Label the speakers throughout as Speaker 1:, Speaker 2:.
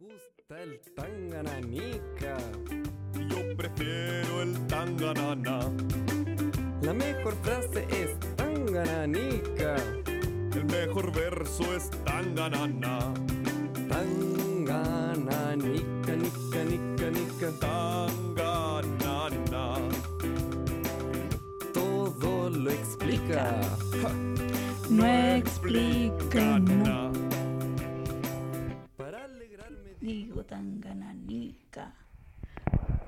Speaker 1: gusta el tangananica.
Speaker 2: Yo prefiero el tanganana,
Speaker 1: La mejor frase es tangananica.
Speaker 2: el mejor verso es tanganana,
Speaker 1: Tangananica, nica, nica, nica.
Speaker 2: tanganana.
Speaker 1: Todo lo explica.
Speaker 3: No explica, no
Speaker 2: na.
Speaker 1: Para alegrarme
Speaker 3: digo tan gananica.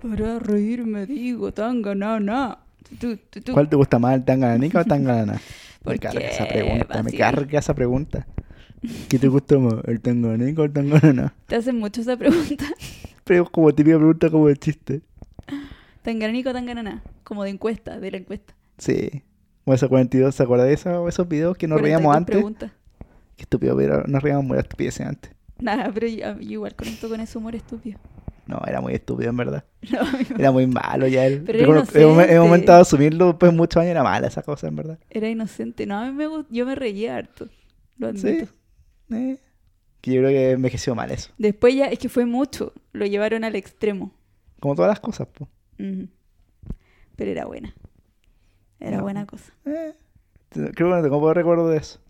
Speaker 3: Para reírme digo tan ganana. Tu, tu, tu.
Speaker 4: ¿Cuál te gusta más, el tangananica o tanganana?
Speaker 3: ¿Por
Speaker 4: Me carga
Speaker 3: qué,
Speaker 4: esa pregunta, me
Speaker 3: Basil?
Speaker 4: carga esa pregunta. ¿Qué te gusta más, el tanganica o el tanganana?
Speaker 3: Te hacen mucho esa pregunta.
Speaker 4: Pero es como típica pregunta como de chiste.
Speaker 3: Tan gananica o tan ganana. Como de encuesta, de la encuesta.
Speaker 4: Sí. O esa 42, ¿se acuerdas de esa- o esos videos que nos reíamos
Speaker 3: 42
Speaker 4: antes?
Speaker 3: preguntas.
Speaker 4: Qué estúpido, pero nos reíamos muy estupideces antes.
Speaker 3: Nada, pero yo, yo igual conecto con ese humor estúpido.
Speaker 4: No, era muy estúpido, en verdad.
Speaker 3: No, amigo,
Speaker 4: Era muy malo ya él.
Speaker 3: Pero era
Speaker 4: En
Speaker 3: inocente.
Speaker 4: un momento de asumirlo, después de muchos años era mala esa cosa, en verdad.
Speaker 3: Era inocente. No, a mí me gust- yo me reía harto. Lo
Speaker 4: Sí.
Speaker 3: admito.
Speaker 4: Eh. Que yo creo que envejeció mal eso.
Speaker 3: Después ya, es que fue mucho. Lo llevaron al extremo.
Speaker 4: Como todas las cosas, pues.
Speaker 3: Ujú. Pero era buena. Era
Speaker 4: No.
Speaker 3: buena cosa.
Speaker 4: Eh, creo que no tengo buen recuerdo de eso.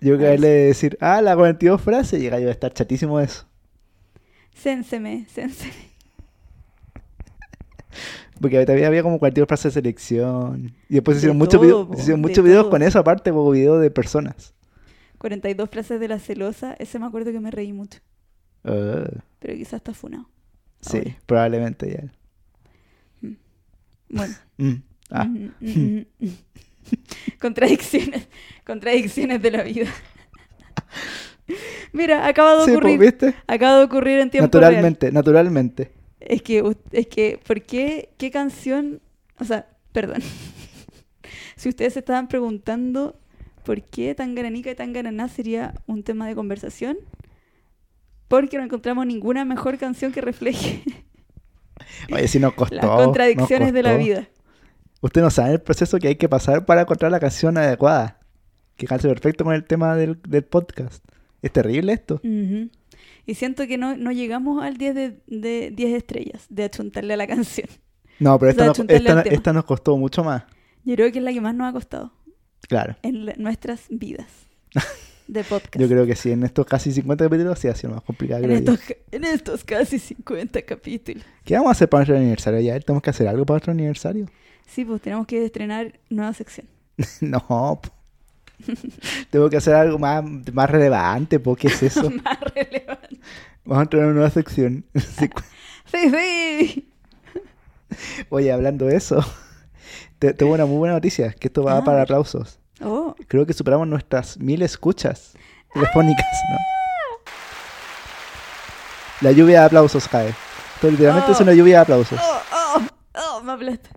Speaker 4: Yo que a él le decir, ah, la 42 frase, llega yo a estar chatísimo de eso.
Speaker 3: Sénseme, sénseme.
Speaker 4: Porque también había como 42 frases de selección. Y después
Speaker 3: De
Speaker 4: hicieron muchos
Speaker 3: todo,
Speaker 4: videos,
Speaker 3: po,
Speaker 4: hicieron
Speaker 3: de
Speaker 4: muchos videos
Speaker 3: todo.
Speaker 4: con eso, aparte, como videos de personas.
Speaker 3: 42 frases de la celosa. Ese me acuerdo que me reí mucho.
Speaker 4: Ah,
Speaker 3: Pero quizás está funado.
Speaker 4: sí,
Speaker 3: Ahora.
Speaker 4: probablemente ya.
Speaker 3: Bueno.
Speaker 4: Mm, ah,
Speaker 3: Mm, mm, mm, mm. Contradicciones. Contradicciones de la vida. Mira, acaba de
Speaker 4: sí, pues,
Speaker 3: ocurrir.
Speaker 4: ¿viste?
Speaker 3: acaba de ocurrir en tiempo real.
Speaker 4: Naturalmente, naturalmente.
Speaker 3: Es que, us- es que, ¿por qué? ¿Qué canción? O sea, perdón. si ustedes se estaban preguntando por qué Tanganica y Tangaraná sería un tema de conversación, porque no encontramos ninguna mejor canción que refleje
Speaker 4: Oye, sí nos costó.
Speaker 3: las
Speaker 4: nos
Speaker 3: contradicciones de la
Speaker 4: costó.
Speaker 3: vida.
Speaker 4: Usted no sabe el proceso que hay que pasar para encontrar la canción adecuada. Que calce perfecto con el tema del, del podcast. Es terrible esto.
Speaker 3: Ujú. Y siento que no, no llegamos al 10 de, de 10 estrellas de achuntarle a la canción.
Speaker 4: No, pero esta,
Speaker 3: O sea,
Speaker 4: nos-
Speaker 3: chuntarle
Speaker 4: esta
Speaker 3: al
Speaker 4: no-
Speaker 3: tema.
Speaker 4: esta nos costó mucho más.
Speaker 3: Yo creo que es la que más nos ha costado
Speaker 4: Claro.
Speaker 3: en la- nuestras vidas de podcast.
Speaker 4: Yo creo que sí, en estos casi 50 capítulos sí ha sido más complicado.
Speaker 3: en,
Speaker 4: creo yo.
Speaker 3: estos, ca- en estos casi 50 capítulos.
Speaker 4: ¿Qué vamos a hacer para nuestro aniversario ya? ¿Tenemos que hacer algo para nuestro aniversario?
Speaker 3: Sí, pues tenemos que estrenar nueva sección.
Speaker 4: no. po. Tengo que hacer algo más, más relevante, porque es eso?
Speaker 3: Más relevante.
Speaker 4: Vamos a entrar en una nueva sección. Sí, cu-
Speaker 3: Sí, sí.
Speaker 4: Oye, hablando de eso, te- tengo una muy buena noticia, que esto va
Speaker 3: Ah.
Speaker 4: para aplausos.
Speaker 3: Oh,
Speaker 4: Creo que superamos nuestras mil escuchas telefónicas, ¿no?
Speaker 3: Ah.
Speaker 4: La lluvia de aplausos cae. Esto literalmente es
Speaker 3: Oh.
Speaker 4: una lluvia de aplausos.
Speaker 3: oh, oh, oh, me aplasta.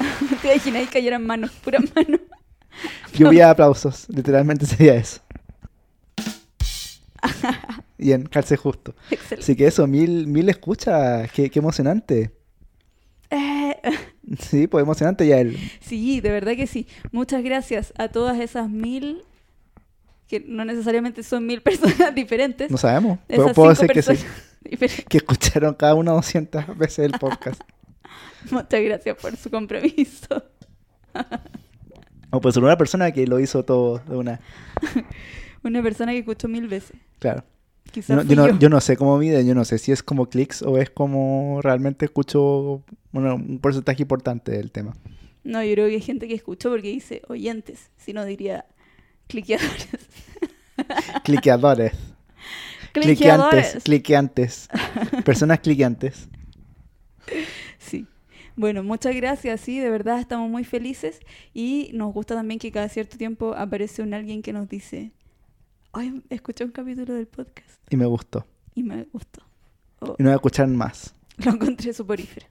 Speaker 3: Te imaginas que cayeran manos, puras manos.
Speaker 4: Lluvia de aplausos, literalmente sería eso. Bien, calce justo.
Speaker 3: Excelente.
Speaker 4: Así que eso, mil, mil escuchas, qué, qué emocionante.
Speaker 3: Eh,
Speaker 4: Sí, pues emocionante ya el...
Speaker 3: sí, de verdad que sí. Muchas gracias a todas esas mil, que no necesariamente son mil personas diferentes.
Speaker 4: No sabemos,
Speaker 3: esas
Speaker 4: puedo, puedo
Speaker 3: cinco
Speaker 4: decir que sí,
Speaker 3: personas diferentes.
Speaker 4: que escucharon cada una 200 veces el podcast.
Speaker 3: Muchas gracias por su compromiso.
Speaker 4: O pues una persona que lo hizo todo de una...
Speaker 3: Una persona que escuchó mil veces.
Speaker 4: Claro. Yo
Speaker 3: Quizás
Speaker 4: no,
Speaker 3: fui
Speaker 4: yo, no,
Speaker 3: yo.
Speaker 4: yo no sé cómo miden, yo no sé si es como clics o es como realmente escucho bueno, un porcentaje importante del tema.
Speaker 3: No, yo creo que hay gente que escuchó porque dice oyentes, si no diría cliqueadores.
Speaker 4: Cliqueadores.
Speaker 3: cliqueadores.
Speaker 4: Cliqueantes. Cliqueantes. Personas cliqueantes.
Speaker 3: sí. Bueno, muchas gracias, sí, de verdad estamos muy felices y nos gusta también que cada cierto tiempo aparece un alguien que nos dice, hoy escuché un capítulo del podcast
Speaker 4: Y me gustó.
Speaker 3: y me gustó. O,
Speaker 4: Y no voy a escuchar más.
Speaker 3: lo encontré suporífero.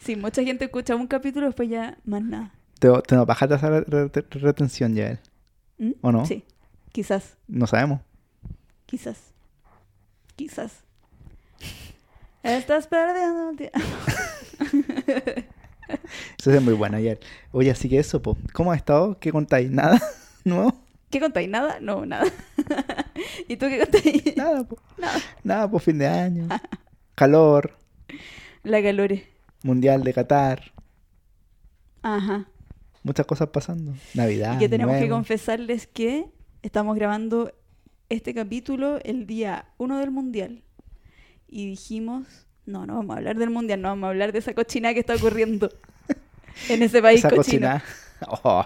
Speaker 3: Sí, mucha gente escucha un capítulo, después ya más nada.
Speaker 4: Tengo, tengo baja tasa de re- re- retención ya.
Speaker 3: ¿Mm?
Speaker 4: ¿O no?
Speaker 3: Sí, quizás,
Speaker 4: No sabemos.
Speaker 3: quizás, quizás. Estás perdiendo el tiempo.
Speaker 4: Eso es muy bueno ayer. Oye, así que eso, po. ¿cómo has estado? ¿Qué contáis? ¿Nada? ¿Nuevo?
Speaker 3: ¿Qué contáis? ¿Nada? No, nada. ¿Y tú qué cantáis?
Speaker 4: Nada, po.
Speaker 3: Nada.
Speaker 4: Nada, po, fin de año. Calor,
Speaker 3: La calore.
Speaker 4: Mundial de Qatar,
Speaker 3: Ajá.
Speaker 4: muchas cosas pasando. Navidad.
Speaker 3: y que tenemos que
Speaker 4: Ah, nuevo.
Speaker 3: confesarles que estamos grabando este capítulo el día 1 del Mundial. Y dijimos, no, no vamos a hablar del Mundial, no vamos a hablar de esa cochina que está ocurriendo en ese país
Speaker 4: Esa
Speaker 3: cochino.
Speaker 4: cocina. Oh.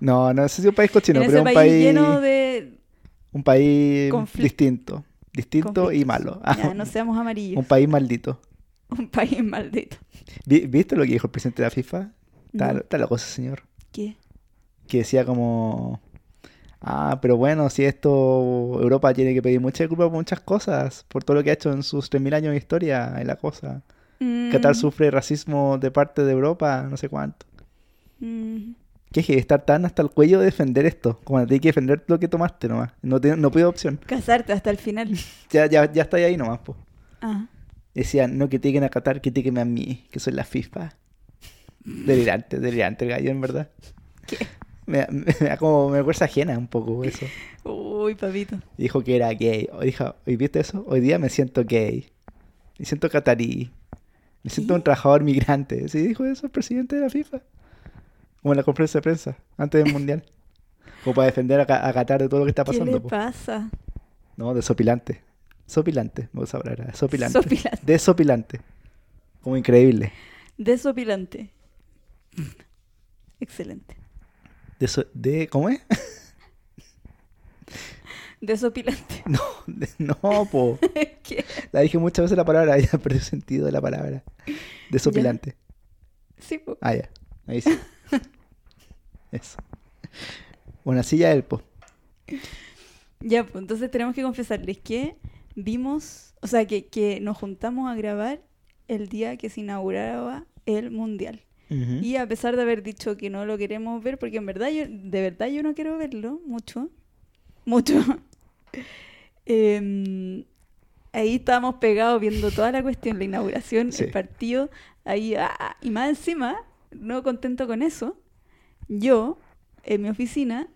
Speaker 4: No, no sé si es un país cochino,
Speaker 3: en ese
Speaker 4: pero es un
Speaker 3: país,
Speaker 4: país,
Speaker 3: lleno de...
Speaker 4: un país
Speaker 3: conflic-
Speaker 4: distinto. Distinto y
Speaker 3: conflictos.
Speaker 4: malo. Ah,
Speaker 3: Ya, no seamos amarillos.
Speaker 4: un país maldito.
Speaker 3: Un país maldito.
Speaker 4: Vi- ¿Viste lo que dijo el presidente de la FIFA? Está,
Speaker 3: No,
Speaker 4: está loco ese señor.
Speaker 3: ¿Qué?
Speaker 4: que decía como, ah, pero bueno, si esto, Europa tiene que pedir mucha culpa por muchas cosas, por todo lo que ha hecho en sus 3.000 años de historia, en la cosa. Qatar
Speaker 3: Mm,
Speaker 4: sufre racismo de parte de Europa, no sé cuánto.
Speaker 3: mm.
Speaker 4: Que es que estar tan hasta el cuello de defender esto, como tienes que defender lo que tomaste nomás, no, te, no pido opción,
Speaker 3: Casarte hasta el final.
Speaker 4: ya, ya, ya está ahí nomás, po.
Speaker 3: Ah,
Speaker 4: Decían, no critiquen a Qatar, critiquenme a mí, que soy la FIFA. Delirante, delirante el gallo, en verdad.
Speaker 3: ¿Qué?
Speaker 4: Me, da- me da como, me da fuerza ajena un poco eso.
Speaker 3: Uy, papito.
Speaker 4: Dijo que era gay. O- Dijo, ¿y viste eso? Hoy día me siento gay. Me siento catarí. Me siento
Speaker 3: ¿Qué?
Speaker 4: un trabajador migrante. Sí, dijo eso el presidente de la FIFA. Como en la conferencia de prensa, antes del mundial. Como para defender a, Ca- a Qatar de todo lo que está
Speaker 3: ¿Qué
Speaker 4: pasando.
Speaker 3: le
Speaker 4: po.
Speaker 3: pasa?
Speaker 4: No, desopilante. Sopilante, me gusta hablar. Desopilante.
Speaker 3: Sopilante.
Speaker 4: Desopilante. Como increíble.
Speaker 3: Desopilante. Excelente.
Speaker 4: Deso- de, ¿Cómo es?
Speaker 3: Desopilante.
Speaker 4: No, de- no, po.
Speaker 3: ¿Qué?
Speaker 4: La dije muchas veces la palabra, ya perdí el sentido de la palabra. Desopilante.
Speaker 3: Sí, po.
Speaker 4: Ah, ya. Ahí sí. Eso. Bueno, así ya él, po.
Speaker 3: Ya, pues entonces tenemos que confesarles que vimos, o sea, que, que nos juntamos a grabar el día que se inauguraba el Mundial. Y a pesar de haber dicho que no lo queremos ver, porque en verdad yo, de verdad yo no quiero verlo mucho, mucho, em, ahí estábamos pegados viendo toda la cuestión, la inauguración,
Speaker 4: Sí.
Speaker 3: el partido, ahí, ah, y más encima, no contento con eso, yo, en mi oficina,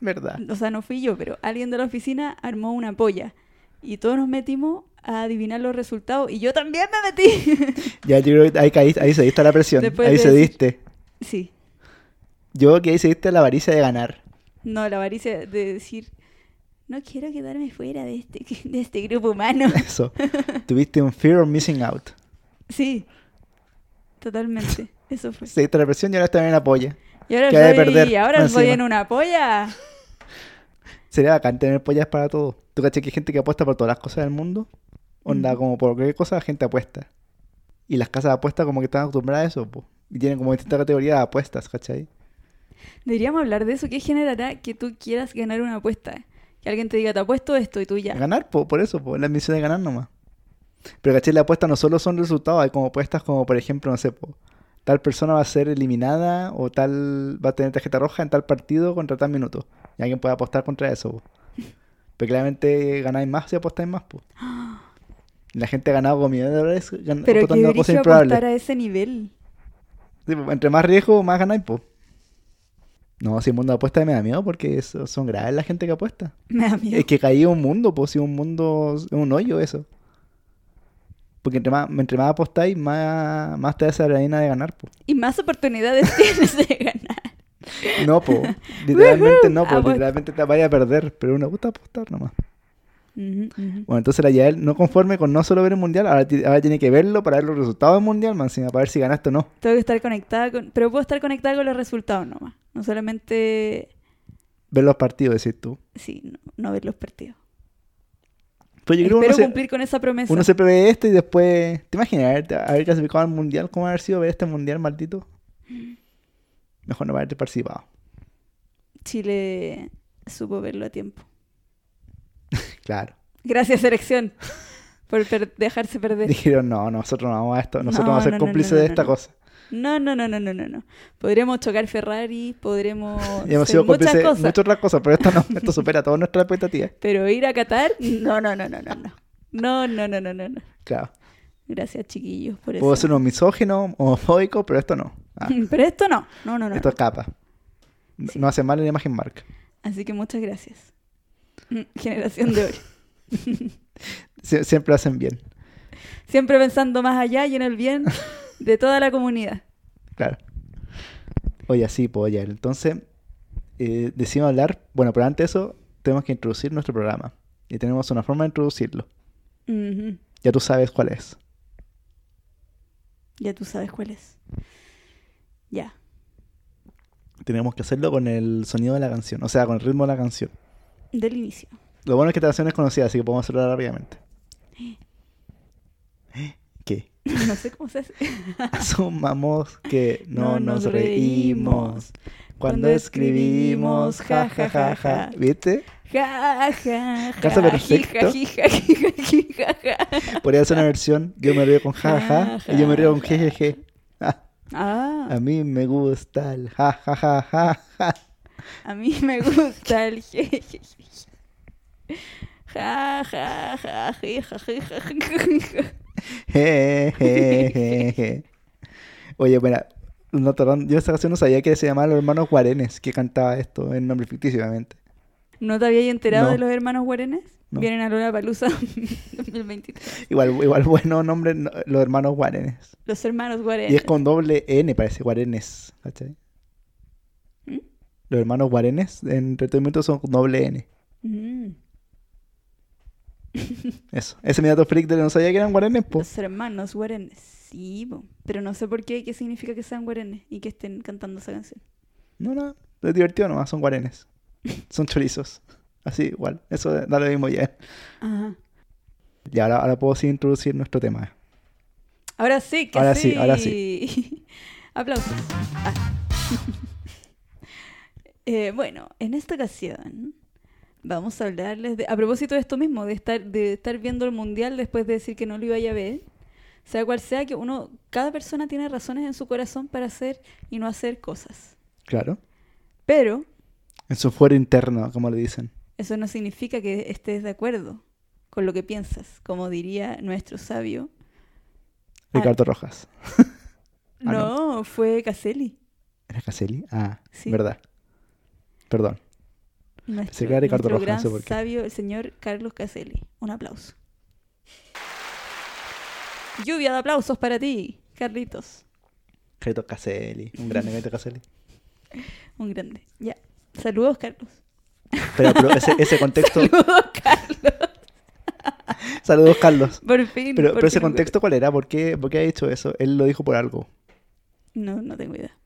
Speaker 4: ¿Verdad?
Speaker 3: o sea, no fui yo, pero alguien de la oficina armó una polla y todos nos metimos a adivinar los resultados y yo también me metí.
Speaker 4: Ya, yo creo que ahí caíste, ahí cediste a la presión.
Speaker 3: Después
Speaker 4: ahí
Speaker 3: de
Speaker 4: cediste.
Speaker 3: sí.
Speaker 4: Yo que ahí cediste a la avaricia de ganar.
Speaker 3: No, la avaricia de decir, no quiero quedarme fuera de este, de este grupo humano.
Speaker 4: Eso. Tuviste un fear of missing out.
Speaker 3: Sí, totalmente. Eso fue.
Speaker 4: Cediste a la presión y ahora también apoya.
Speaker 3: Y ahora
Speaker 4: Que ha de
Speaker 3: soy,
Speaker 4: perder,
Speaker 3: ahora
Speaker 4: más
Speaker 3: soy
Speaker 4: encima.
Speaker 3: en una polla.
Speaker 4: Sería bacán tener pollas para todo. ¿Tú caché que hay gente que apuesta por todas las cosas del mundo? Onda,
Speaker 3: Ujú.
Speaker 4: como por cualquier cosa, la gente apuesta. Y las casas de apuestas como que están acostumbradas a eso, po. Y tienen como distintas categorías de apuestas, ¿cachai?
Speaker 3: Deberíamos hablar de eso. ¿Qué generará que tú quieras ganar una apuesta? Que alguien te diga, te apuesto esto y tú ya.
Speaker 4: Ganar, po, por eso, por la misión de ganar nomás. Pero caché, la apuesta no solo son resultados, hay como apuestas como, por ejemplo, no sé, po, tal persona va a ser eliminada o tal va a tener tarjeta roja en tal partido contra tal minuto. Y alguien puede apostar contra eso, po. Pero claramente ganáis más si apostáis más, po. Y La gente ha ganado con millones de dólares gan-
Speaker 3: Pero que
Speaker 4: apostando a cosas
Speaker 3: debería
Speaker 4: improbables.
Speaker 3: apostar a ese nivel.
Speaker 4: Sí, po, entre más riesgo, más ganáis, po. No, si el mundo de apuestas me da miedo porque eso- son graves la gente que apuesta.
Speaker 3: Me da miedo.
Speaker 4: Es que caía un mundo, pues sí, un mundo, un hoyo eso. Porque entre más, entre más apostáis, más, más te da esa adrenalina de ganar, pues.
Speaker 3: Y más oportunidades tienes de ganar.
Speaker 4: No, pues. Literalmente no, pues.
Speaker 3: Apuesta.
Speaker 4: Literalmente te vaya a perder, pero uno gusta apostar nomás.
Speaker 3: Ujú, ujú.
Speaker 4: Bueno, entonces la Yael, no conforme con no solo ver el mundial, ahora, ti- ahora tiene que verlo para ver los resultados del mundial, man, encima, para ver si ganaste o no.
Speaker 3: Tengo que estar conectada con... Pero puedo estar conectada con los resultados nomás. No solamente...
Speaker 4: Ver los partidos, decís tú.
Speaker 3: Sí, no, no ver los partidos.
Speaker 4: Pues yo creo que
Speaker 3: Espero
Speaker 4: uno se,
Speaker 3: cumplir con esa promesa.
Speaker 4: uno se prevé esto y después. ¿Te imaginas haber, haber clasificado al mundial? ¿Cómo haber sido ver este mundial, maldito?
Speaker 3: Mm.
Speaker 4: Mejor no haber participado.
Speaker 3: Chile supo verlo a tiempo.
Speaker 4: Claro.
Speaker 3: Gracias, selección, por per- dejarse perder.
Speaker 4: Dijeron, no, nosotros no vamos a esto, nosotros
Speaker 3: No,
Speaker 4: vamos a ser
Speaker 3: no, no,
Speaker 4: cómplices
Speaker 3: no, no,
Speaker 4: de
Speaker 3: no,
Speaker 4: esta
Speaker 3: no.
Speaker 4: cosa.
Speaker 3: No, no, no, no, no, no, no. Podremos chocar Ferrari, podremos
Speaker 4: Y hemos
Speaker 3: hacer
Speaker 4: sido
Speaker 3: muchas
Speaker 4: cómplices de
Speaker 3: cosas,
Speaker 4: muchas otras cosas, pero esto, no, esto supera todas nuestras expectativas.
Speaker 3: pero ir a Qatar, no, no, no, no, no, no. No, no, no, no, no, no.
Speaker 4: Claro,
Speaker 3: Gracias, chiquillos, por
Speaker 4: puedo
Speaker 3: eso.
Speaker 4: ser un misógino, homofóbico, pero esto no. Ah,
Speaker 3: Pero esto no, no, no, no.
Speaker 4: esto escapa. No,
Speaker 3: Sí.
Speaker 4: no hace mal en la imagen marca.
Speaker 3: Así que muchas gracias. Mm, Generación de oro.
Speaker 4: Sie- siempre hacen bien,
Speaker 3: Siempre pensando más allá y en el bien de toda la comunidad.
Speaker 4: claro. Oye, así, pues, oye, entonces eh, decidimos hablar. Bueno, pero antes de eso, tenemos que introducir nuestro programa. Y tenemos una forma de introducirlo.
Speaker 3: Ujú.
Speaker 4: Ya tú sabes cuál es.
Speaker 3: Ya tú sabes cuál es. Ya.
Speaker 4: Tenemos que hacerlo con el sonido de la canción, o sea, con el ritmo de la canción.
Speaker 3: Del inicio.
Speaker 4: Lo bueno es que esta canción es conocida, así que podemos hacerlo rápidamente. ¿Qué?
Speaker 3: No sé cómo se hace.
Speaker 4: Asumamos que no, nos reímos. Cuando
Speaker 3: Cuando escribimos,
Speaker 4: escribimos, ja, ja, ja, ja.
Speaker 3: ja.
Speaker 4: ¿Viste?
Speaker 3: Ja, ja, ja.
Speaker 4: Caso perfecto.
Speaker 3: ji, ja, ji, ja, ji, ja, ja.
Speaker 4: Podría ser una versión, yo me río con ja, ja, ja, y yo me río con jejeje. Ah,
Speaker 3: Ah,
Speaker 4: a mí me gusta el ja, ja, ja, ja, ja.
Speaker 3: a mí me gusta el je, je, je, je. Ja, ja, ja, ji, ja, ji, ja, ji, ja, ja.
Speaker 4: Je, je, je, je. Oye, mira, no, perdón, yo esta canción no sabía que se llamaba Los Hermanos Guarenes, que cantaba esto en nombre ficticio, obviamente.
Speaker 3: ¿No te habías enterado
Speaker 4: No.
Speaker 3: de los hermanos Guarenes?
Speaker 4: No.
Speaker 3: Vienen a Lola Palusa 2023.
Speaker 4: Igual, igual bueno nombre, no- Los Hermanos Guarenes.
Speaker 3: Los hermanos
Speaker 4: Y es
Speaker 3: Guarenes.
Speaker 4: con doble N, parece, Guarenes. ¿cachai?
Speaker 3: ¿Mm?
Speaker 4: Los hermanos Guarenes en entretenimiento son con doble N.
Speaker 3: Mm,
Speaker 4: Eso. Ese es mi dato freak de no sabía que eran Guarenes, pues.
Speaker 3: Los hermanos Guarenes. Sí, po. pero no sé por qué, qué significa que sean Guarenes y que estén cantando esa canción.
Speaker 4: No, no. Es divertido nomás, son Guarenes. Son chorizos. Así, igual. Eso da lo mismo ya.
Speaker 3: Ajá.
Speaker 4: Y ahora, ahora puedo sí introducir nuestro tema.
Speaker 3: Ahora sí, que
Speaker 4: Ahora sí, ahora
Speaker 3: sí. Aplausos. Ah. Eh, bueno, en esta ocasión vamos a hablarles de, a propósito de esto mismo, de estar, de estar viendo el mundial después de decir que no lo iba a ir a ver. Sea cual sea que uno, cada persona tiene razones en su corazón para hacer y no hacer cosas.
Speaker 4: Claro.
Speaker 3: Pero
Speaker 4: En su fuero interno, como le dicen.
Speaker 3: eso no significa que estés de acuerdo con lo que piensas, como diría nuestro sabio. Ah.
Speaker 4: Ricardo Rojas. Ah, no.
Speaker 3: no. fue Caselli.
Speaker 4: ¿Era Caselli? Ah,
Speaker 3: Sí.
Speaker 4: verdad. Perdón.
Speaker 3: Nuestro,
Speaker 4: que era Ricardo
Speaker 3: nuestro
Speaker 4: Rojas, no sé
Speaker 3: gran
Speaker 4: por qué.
Speaker 3: sabio, el señor Carlos Caselli. Un aplauso. Lluvia de aplausos para ti, Carlitos.
Speaker 4: Carito Caselli. Un gran Carito Caselli.
Speaker 3: Un grande. Ya. Saludos, Carlos.
Speaker 4: Pero, pero ese, ese contexto.
Speaker 3: Saludos, Carlos.
Speaker 4: Saludos, Carlos.
Speaker 3: Por fin.
Speaker 4: Pero,
Speaker 3: por
Speaker 4: pero ese
Speaker 3: fin.
Speaker 4: contexto, ¿cuál era? ¿Por qué, ¿Por qué ha dicho eso? Él lo dijo por algo.
Speaker 3: No, no tengo idea.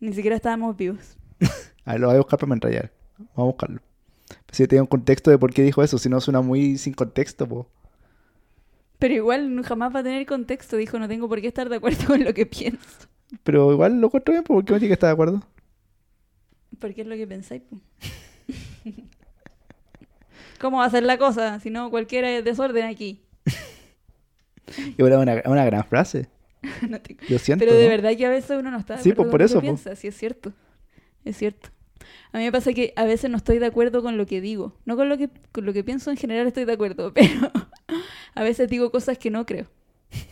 Speaker 3: Ni siquiera estábamos vivos.
Speaker 4: A ver, lo voy a buscar para me enrayar. Vamos a buscarlo. Si tiene un contexto de por qué dijo eso, si no suena muy sin contexto, po.
Speaker 3: Pero igual no- jamás va a tener contexto. Dijo, no tengo por qué estar de acuerdo con lo que pienso.
Speaker 4: Pero igual lo encuentro bien, po, porque no tiene que estar de acuerdo.
Speaker 3: Porque es lo que pensáis. po. ¿Cómo va a ser la cosa? Si no, cualquiera es desorden aquí.
Speaker 4: Y bueno, es una, es una gran frase.
Speaker 3: No tengo-
Speaker 4: Lo siento.
Speaker 3: Pero de
Speaker 4: ¿no?
Speaker 3: verdad que a veces uno no está de
Speaker 4: Sí,
Speaker 3: acuerdo con
Speaker 4: pues, por
Speaker 3: lo que
Speaker 4: eso, pues.
Speaker 3: piensa, sí es cierto. Es cierto. A mí me pasa que a veces no estoy de acuerdo con lo que digo. No con lo que, con lo que pienso en general estoy de acuerdo, pero a veces digo cosas que no creo.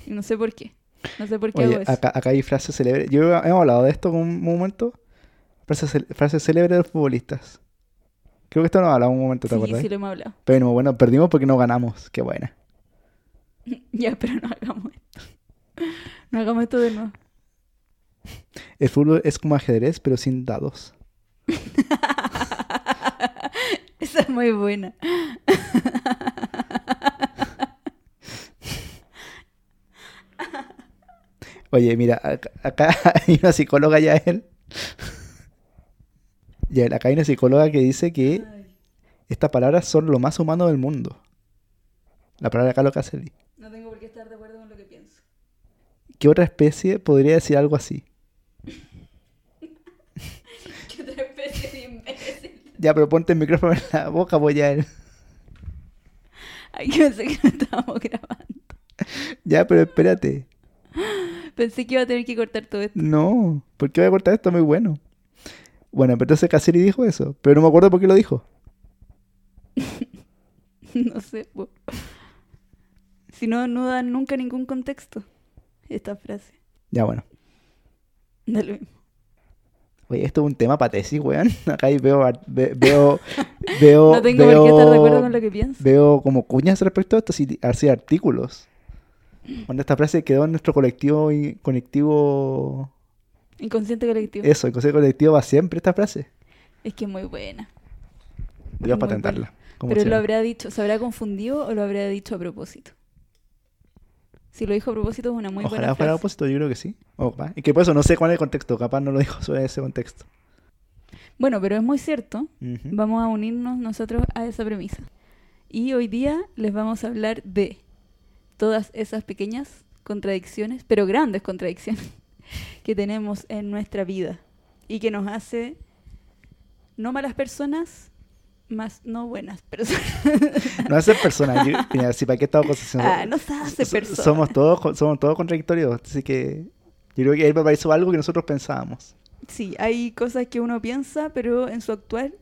Speaker 3: Y no sé por qué. No sé por qué hago
Speaker 4: Oye,
Speaker 3: eso.
Speaker 4: acá, acá hay frases célebres. Yo creo que hemos hablado de esto en un momento. Frases, cel- frases célebres de los futbolistas. Creo que esto no hablado en un momento, ¿te
Speaker 3: sí,
Speaker 4: acuerdas?
Speaker 3: sí lo hemos hablado.
Speaker 4: Pero bueno, perdimos porque no ganamos. Qué buena.
Speaker 3: Ya, pero no hagamos esto. No hagamos esto de nuevo.
Speaker 4: El fútbol es como ajedrez, pero sin dados.
Speaker 3: Esa es muy buena.
Speaker 4: Oye, mira, ac- acá hay una psicóloga ya él. Ya, acá hay una psicóloga que dice que estas palabras son lo más humano del mundo. La palabra Carlos Caselli.
Speaker 3: No tengo por qué estar de acuerdo con lo que pienso.
Speaker 4: ¿Qué otra especie podría decir algo así?
Speaker 3: Que otra especie de imbécil.
Speaker 4: Ya, pero ponte el micrófono en la boca, pues, voy a él.
Speaker 3: Ay, que pensé que no estábamos grabando.
Speaker 4: Ya, pero espérate.
Speaker 3: Pensé que iba a tener que cortar todo esto.
Speaker 4: No, ¿por qué voy a cortar esto? Muy bueno. Bueno, pero entonces Caselli dijo eso, pero no me acuerdo por qué lo dijo.
Speaker 3: No sé, po. Si no, no dan nunca ningún contexto. Esta frase.
Speaker 4: Ya, bueno.
Speaker 3: Da lo mismo.
Speaker 4: Oye, esto es un tema para tesis, weón. Acá ahí veo, ar- ve- veo, veo,
Speaker 3: no tengo por qué estar de acuerdo con lo que pienso.
Speaker 4: veo como cuñas respecto a esto, así, así artículos. Cuando esta frase quedó en nuestro colectivo, y- colectivo,
Speaker 3: Inconsciente colectivo.
Speaker 4: eso, el consejo colectivo va siempre esta frase.
Speaker 3: Es que es muy buena.
Speaker 4: Voy a
Speaker 3: Muy
Speaker 4: patentarla. como
Speaker 3: Pero lo
Speaker 4: siempre.
Speaker 3: habrá dicho, ¿se habrá confundido o lo habrá dicho a propósito? Si lo dijo a propósito es una muy
Speaker 4: Ojalá
Speaker 3: buena
Speaker 4: fuera
Speaker 3: frase.
Speaker 4: opuesto, yo creo que sí. O capaz- Y que por eso no sé cuál es el contexto, capaz no lo dijo sobre ese contexto.
Speaker 3: Bueno, pero es muy cierto.
Speaker 4: Ujú.
Speaker 3: Vamos a unirnos nosotros a esa premisa. Y hoy día les vamos a hablar de todas esas pequeñas contradicciones, pero grandes contradicciones, que tenemos en nuestra vida y que nos hace no malas personas, más no buenas personas.
Speaker 4: No hace personas. yo- mira, si para qué estamos cosas
Speaker 3: Ah, nos hace personas.
Speaker 4: Somos todos, co- somos todos contradictorios, así que yo creo que él hizo algo que nosotros pensábamos.
Speaker 3: Sí, hay cosas que uno piensa, pero en su actual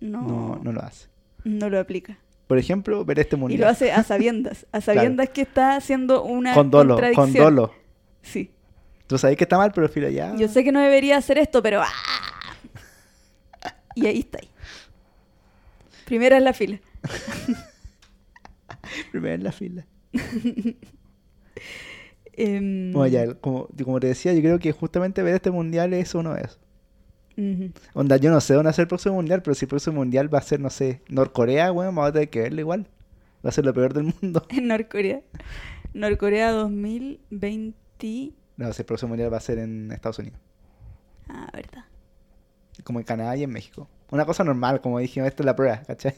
Speaker 3: no,
Speaker 4: No,
Speaker 3: no,
Speaker 4: no lo hace.
Speaker 3: lo aplica.
Speaker 4: Por ejemplo, ver este
Speaker 3: Oh. Y lo
Speaker 4: mundial.
Speaker 3: hace a sabiendas, a sabiendas que está haciendo una
Speaker 4: Con dolo, con
Speaker 3: contradicción.
Speaker 4: dolo. Ah.
Speaker 3: Sí.
Speaker 4: Tú sabes que está mal, pero filo ya.
Speaker 3: Yo sé que no debería hacer esto, pero ¡ah! Y ahí está. ahí. Primera es la fila.
Speaker 4: Primero en la fila.
Speaker 3: Em,
Speaker 4: Bueno, ya, como, como te decía, yo creo que justamente ver este mundial es uno de esos.
Speaker 3: ujú.
Speaker 4: Onda, yo no sé dónde va a ser el próximo mundial, pero si el próximo mundial va a ser, no sé, Norcorea, bueno, vamos a tener que verlo igual. Va a ser lo peor del mundo.
Speaker 3: En Norcorea. Norcorea 2020.
Speaker 4: No, si el próximo mundial va a ser en Estados Unidos.
Speaker 3: Ah, verdad.
Speaker 4: Como en Canadá y en México. Una cosa normal, como dije, esta es la prueba, ¿cachai?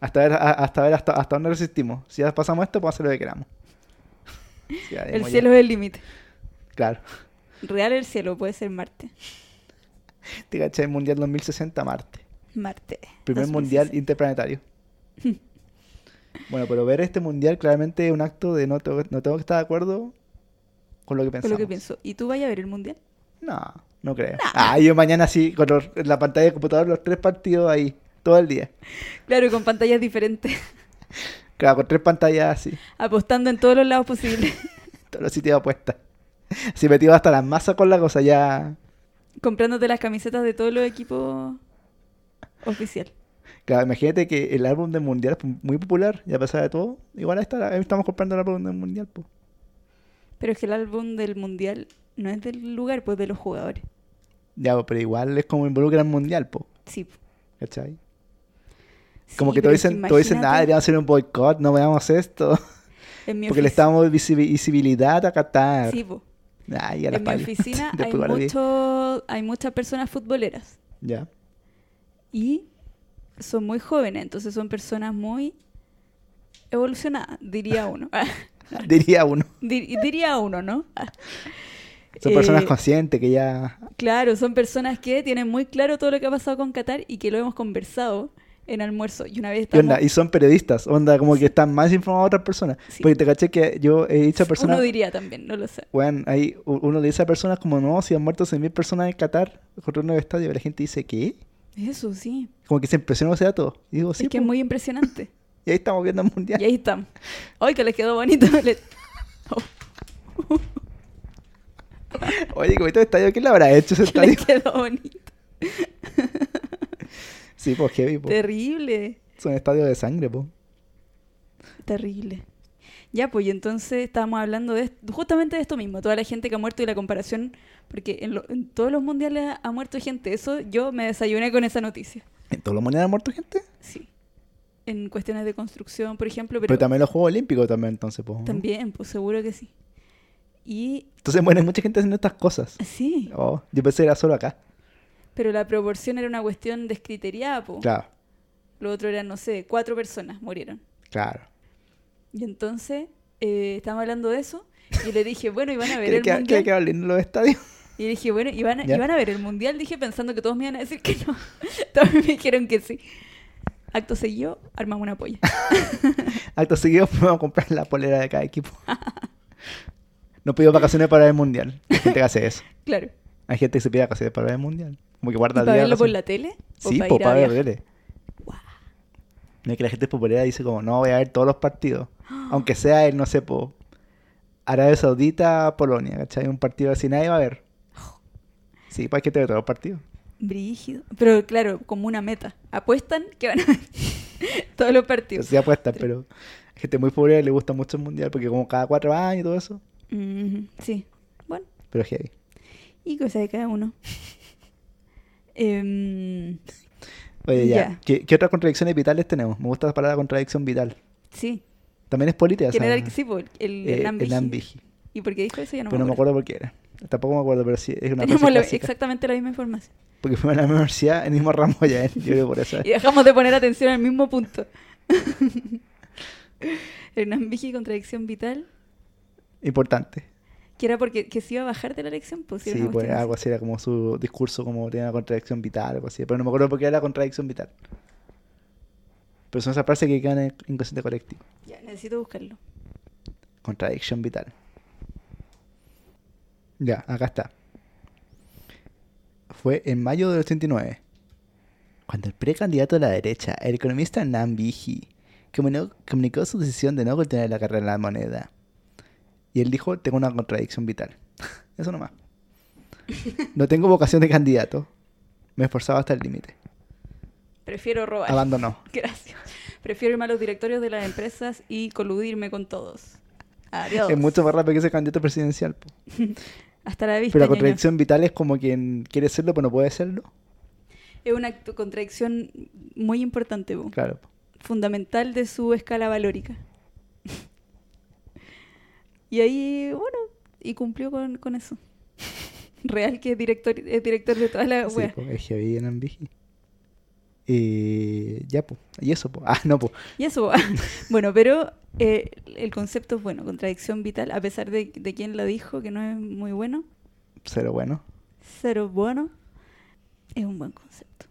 Speaker 4: Hasta ver, a- hasta, ver hasta, hasta dónde resistimos. Si ya pasamos esto, podemos hacer lo que queramos. Sí, ya,
Speaker 3: El
Speaker 4: dimos ya.
Speaker 3: cielo es el límite.
Speaker 4: Claro.
Speaker 3: Real el cielo, puede ser Marte.
Speaker 4: Te cachai, Mundial 2060, Marte.
Speaker 3: Marte.
Speaker 4: Primer
Speaker 3: 2016.
Speaker 4: mundial interplanetario. bueno, pero ver este mundial claramente es un acto de no, tengo- no tengo que estar de acuerdo con lo que
Speaker 3: Con
Speaker 4: pensamos.
Speaker 3: lo que pienso. ¿Y tú vayas a ver el mundial?
Speaker 4: No, no creo. Ah, yo mañana sí, con los- en la pantalla del computador, los tres partidos ahí, todo el día.
Speaker 3: Claro, con pantallas diferentes,
Speaker 4: Claro, con tres pantallas así,
Speaker 3: apostando en todos los lados posibles,
Speaker 4: todos los sitios de apuestas. Si metido hasta las masas con la cosa, ya.
Speaker 3: comprándote las camisetas de todos los equipos oficial.
Speaker 4: Claro, imagínate que el álbum del mundial es muy popular, y a pesar de todo, igual ahí, está, ahí estamos comprando el álbum del mundial, pues.
Speaker 3: Pero es que el álbum del mundial no es del lugar, pues de los jugadores.
Speaker 4: Ya, pero igual es como involucra el mundial, pues.
Speaker 3: Sí.
Speaker 4: ¿Cachai? Como
Speaker 3: Sí,
Speaker 4: que
Speaker 3: pero
Speaker 4: todos
Speaker 3: es
Speaker 4: dicen, todos dicen, ah,
Speaker 3: imagínate,
Speaker 4: deberíamos hacer un boicot, no veamos esto.
Speaker 3: en mi
Speaker 4: Porque le
Speaker 3: ofici-
Speaker 4: estamos dando visibi- visibilidad a Qatar.
Speaker 3: Sí, po.
Speaker 4: Ay, a la
Speaker 3: En mi
Speaker 4: pala.
Speaker 3: oficina hay,
Speaker 4: Después guarda bien.
Speaker 3: mucho, hay muchas personas futboleras
Speaker 4: Ya.
Speaker 3: y son muy jóvenes, entonces son personas muy evolucionadas, diría uno.
Speaker 4: Diría uno.
Speaker 3: Dir- diría uno, ¿no?
Speaker 4: Son personas
Speaker 3: Eh,
Speaker 4: conscientes que ya.
Speaker 3: Claro, son personas que tienen muy claro todo lo que ha pasado con Qatar y que lo hemos conversado en almuerzo. Y una vez
Speaker 4: ¿Qué
Speaker 3: estábamos,
Speaker 4: onda? Y son periodistas. Onda, como que están más informados que otras personas.
Speaker 3: Sí.
Speaker 4: Porque te caché que yo he dicho a personas.
Speaker 3: uno diría también, no lo sé.
Speaker 4: Bueno, ahí u- uno le dice a personas como, no, si han muerto 100.000 personas en Qatar, contra un nuevo estadio. Y la gente dice, ¿qué?
Speaker 3: Eso sí,
Speaker 4: Como que se impresiona con ese dato. Y digo, sí.
Speaker 3: es que es
Speaker 4: po".
Speaker 3: muy impresionante.
Speaker 4: Y ahí estamos viendo el mundial.
Speaker 3: y ahí estamos. Hoy que les quedó bonito. le-
Speaker 4: Oye, que bonito estadio. ¿Quién le habrá hecho ese
Speaker 3: que les
Speaker 4: estadio?
Speaker 3: quedó bonito.
Speaker 4: Sí, pues heavy, po.
Speaker 3: Terrible,
Speaker 4: Son estadios de sangre, pues. po.
Speaker 3: terrible. Ya, pues, y entonces estábamos hablando de est- justamente de esto mismo, toda la gente que ha muerto y la comparación, porque en, lo- en todos los mundiales ha muerto gente. Eso yo me desayuné con esa noticia.
Speaker 4: ¿En todos los mundiales han muerto gente?
Speaker 3: Sí. En cuestiones de construcción, por ejemplo,
Speaker 4: Pero,
Speaker 3: pero,
Speaker 4: también los Juegos Olímpicos también, entonces, po. ¿no?
Speaker 3: también, pues seguro que sí. Y
Speaker 4: Entonces muere mucha gente haciendo estas cosas.
Speaker 3: sí,
Speaker 4: Oh, yo pensé que era solo acá.
Speaker 3: pero la proporción era una cuestión descriteriada, po.
Speaker 4: Claro,
Speaker 3: Lo otro era, no sé, cuatro personas murieron.
Speaker 4: claro.
Speaker 3: Y entonces, eh, estábamos hablando de eso, y le dije, bueno, iban a ver
Speaker 4: ¿Qué
Speaker 3: el
Speaker 4: que, que,
Speaker 3: mundial.
Speaker 4: que lindo los estadios?
Speaker 3: Y le dije, bueno, iban a,
Speaker 4: ¿Ya?
Speaker 3: iban a ver el mundial, dije, pensando que todos me iban a decir que no. todos me dijeron que sí. Acto seguido, armamos una polla.
Speaker 4: Acto seguido fuimos a comprar la polera de cada equipo. No pidió vacaciones para ver el mundial. Hay gente que hace eso.
Speaker 3: Claro.
Speaker 4: Hay gente que se pide vacaciones para ver el mundial. Como que
Speaker 3: ¿Y
Speaker 4: guarda el
Speaker 3: para
Speaker 4: día de
Speaker 3: verlo por
Speaker 4: vacaciones.
Speaker 3: la tele? ¿O
Speaker 4: Sí,
Speaker 3: para
Speaker 4: pues, po,
Speaker 3: ir a
Speaker 4: para
Speaker 3: viajar?
Speaker 4: verlo.
Speaker 3: Guau.
Speaker 4: No es que la gente popular dice como, no, voy a ver todos los partidos. Aunque sea el, no sé, po, Arabia Saudita, Polonia, ¿cachai? Un partido así nadie va a ver. Sí, pues hay que tener todos los partidos.
Speaker 3: Brígido. Pero claro, como una meta. Apuestan que van a ver todos los partidos.
Speaker 4: Sí apuestan, pero hay gente muy pobre que le gusta mucho el mundial porque como cada cuatro años y todo eso.
Speaker 3: Ujú, sí. Bueno,
Speaker 4: Pero es heavy.
Speaker 3: y cosa de cada uno. Em,
Speaker 4: Oye, ya.
Speaker 3: Ya.
Speaker 4: ¿Qué, qué otras contradicciones vitales tenemos? Me gusta la palabra contradicción vital.
Speaker 3: sí.
Speaker 4: También es política.
Speaker 3: ¿Quién
Speaker 4: esa-
Speaker 3: era el que sí? po? El, el
Speaker 4: eh,
Speaker 3: Hernán
Speaker 4: el
Speaker 3: Vigil.
Speaker 4: Ambigi.
Speaker 3: ¿Y por qué dijo eso? Ya no
Speaker 4: pero no
Speaker 3: me
Speaker 4: me
Speaker 3: acuerdo.
Speaker 4: acuerdo por qué era. Tampoco me acuerdo, pero sí, es una
Speaker 3: Tenemos
Speaker 4: frase
Speaker 3: la-
Speaker 4: clásica.
Speaker 3: exactamente la misma información.
Speaker 4: Porque fuimos a la misma universidad, en el mismo ramo ya, ¿eh? yo creo que por eso.
Speaker 3: Y dejamos de poner atención al mismo punto. Hernán Vigi, contradicción vital.
Speaker 4: Importante.
Speaker 3: Que era porque que se iba a bajar de la elección. Pues, si era
Speaker 4: Sí,
Speaker 3: una
Speaker 4: pues
Speaker 3: cuestión
Speaker 4: algo así era como su discurso, como tenía una contradicción vital, algo así. Pero no me acuerdo por qué era la contradicción vital. Pero son esas frases que quedan en el inconsciente colectivo.
Speaker 3: así. Ya, necesito buscarlo.
Speaker 4: Contradicción vital. Ya, acá está. Fue en mayo del 89, cuando el precandidato de la derecha, el economista Nam Vigi, comunicó, comunicó su decisión de no continuar la carrera de la moneda. Y él dijo, tengo una contradicción vital. Eso nomás. No tengo vocación de candidato. Me esforzaba hasta el límite.
Speaker 3: Prefiero robar.
Speaker 4: Abandonó.
Speaker 3: Gracias. Prefiero irme a los directorios de las empresas y coludirme con todos. Adiós.
Speaker 4: Es mucho más rápido que ese candidato presidencial. po.
Speaker 3: Hasta la vista.
Speaker 4: Pero la
Speaker 3: ñoño.
Speaker 4: contradicción vital es como quien quiere serlo, pero no puede serlo.
Speaker 3: Es una actu- contradicción muy importante, po.
Speaker 4: Claro. po.
Speaker 3: fundamental de su escala valórica. y ahí, bueno, y cumplió con, con eso. Real que es director, es director de todas las
Speaker 4: Sí, pues.
Speaker 3: weas.
Speaker 4: po, es heavy en Ambigi. Eh, ya, pues. Y eso, pues. Ah, no, pues.
Speaker 3: Y eso, ah, bueno, pero eh, el concepto es bueno, contradicción vital, a pesar de, de quien lo dijo, que no es muy bueno,
Speaker 4: Pero bueno.
Speaker 3: cero bueno, es un buen concepto.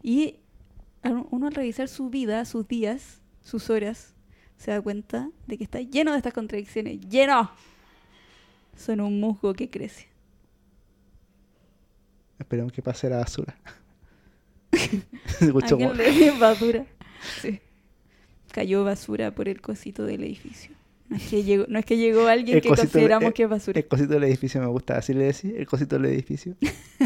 Speaker 3: Y al- uno al revisar su vida, sus días, sus horas, se da cuenta de que está lleno de estas contradicciones, lleno. Son un musgo que crece.
Speaker 4: Esperemos que pase la basura. Se escuchó como-
Speaker 3: Alguien le- basura. Sí. Cayó basura por el cosito del edificio. No es que llegó, no es que llegó alguien
Speaker 4: El
Speaker 3: que
Speaker 4: cosito de-
Speaker 3: consideramos
Speaker 4: eh,
Speaker 3: que es basura.
Speaker 4: El cosito del edificio me gusta. Así le decís, el cosito del edificio. Se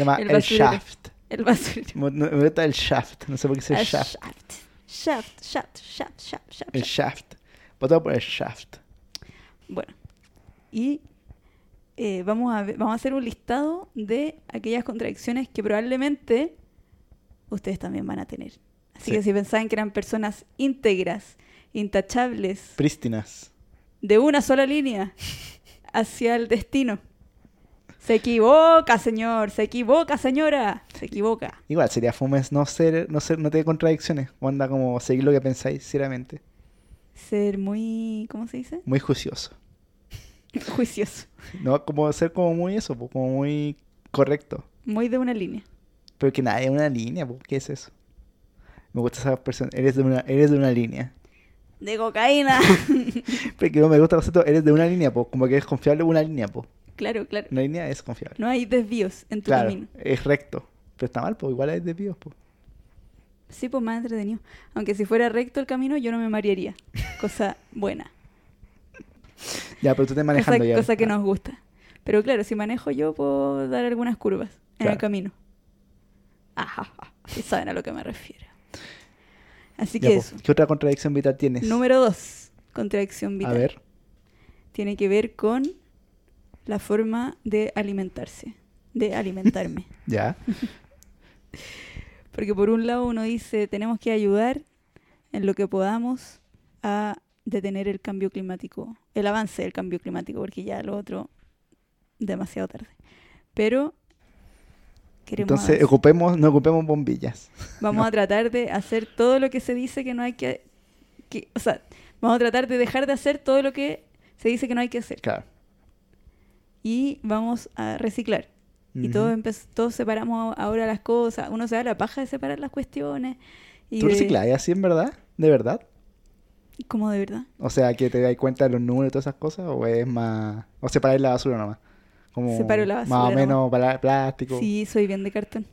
Speaker 4: llama
Speaker 3: El
Speaker 4: el,
Speaker 3: basurero.
Speaker 4: shaft.
Speaker 3: El basura.
Speaker 4: Me, no- me gusta el shaft. No sé por qué es el
Speaker 3: Ah,
Speaker 4: shaft.
Speaker 3: Shaft, shaft, shaft, shaft, shaft, shaft.
Speaker 4: El shaft. Votado por el shaft.
Speaker 3: Bueno, y eh, vamos, a ver- vamos a hacer un listado de aquellas contradicciones que probablemente ustedes también van a tener. Así
Speaker 4: Sí.
Speaker 3: que si pensaban que eran personas íntegras, intachables,
Speaker 4: Prístinas.
Speaker 3: de una sola línea hacia el destino, se equivoca, señor, se equivoca, señora, se equivoca.
Speaker 4: Igual sería fumes no ser, no ser, no tener contradicciones. O anda como seguir lo que pensáis, sinceramente.
Speaker 3: Ser muy, ¿cómo se dice?
Speaker 4: Muy juicioso.
Speaker 3: Juicioso,
Speaker 4: No, como ser como muy eso, po, como muy correcto.
Speaker 3: muy de una línea.
Speaker 4: Pero que nada, es una línea, po, ¿qué es eso? Me gusta esa persona, eres de una, eres de una línea.
Speaker 3: De cocaína.
Speaker 4: Pero que no me gusta el concepto, eres de una línea, po, como que es confiable una línea, po.
Speaker 3: claro, claro.
Speaker 4: Una línea es confiable.
Speaker 3: No hay desvíos en tu
Speaker 4: claro,
Speaker 3: camino.
Speaker 4: es recto. Pero está mal, po, igual es de píos, po.
Speaker 3: Sí, pues más entretenido. Aunque si fuera recto el camino, yo no me marearía. Cosa buena.
Speaker 4: Ya, pero tú estás manejando
Speaker 3: cosa,
Speaker 4: ya. Ah.
Speaker 3: cosa que nos gusta. Pero claro, si manejo yo, puedo dar algunas curvas en el
Speaker 4: Claro.
Speaker 3: camino. Ajá, ajá. Y saben a lo que me refiero. Así
Speaker 4: Ya, pues,
Speaker 3: que
Speaker 4: po,
Speaker 3: eso.
Speaker 4: ¿Qué otra contradicción vital tienes?
Speaker 3: Número dos. Contradicción vital.
Speaker 4: A ver,
Speaker 3: Tiene que ver con la forma de alimentarse. De alimentarme.
Speaker 4: ya.
Speaker 3: Porque por un lado uno dice, tenemos que ayudar en lo que podamos a detener el cambio climático, el avance del cambio climático, porque ya lo otro, demasiado tarde. Pero queremos
Speaker 4: Entonces,
Speaker 3: avanzar.
Speaker 4: ocupemos, no ocupemos bombillas.
Speaker 3: vamos a tratar de hacer todo lo que se dice que no hay que, que... O sea, vamos a tratar de dejar de hacer todo lo que se dice que no hay que hacer.
Speaker 4: Claro.
Speaker 3: Y vamos a reciclar. Y todos,
Speaker 4: Ujú.
Speaker 3: empe- todos separamos ahora las cosas. Uno se da la paja de separar las cuestiones. Y
Speaker 4: ¿Tú
Speaker 3: de-
Speaker 4: reciclas ¿eh? así en verdad? ¿De verdad?
Speaker 3: Como de verdad.
Speaker 4: O sea, que te dais cuenta de los números y todas esas cosas, o es más. O separáis la basura nomás. Como
Speaker 3: Separo la
Speaker 4: Más
Speaker 3: basura
Speaker 4: o menos para plástico.
Speaker 3: Sí, soy bien de cartón.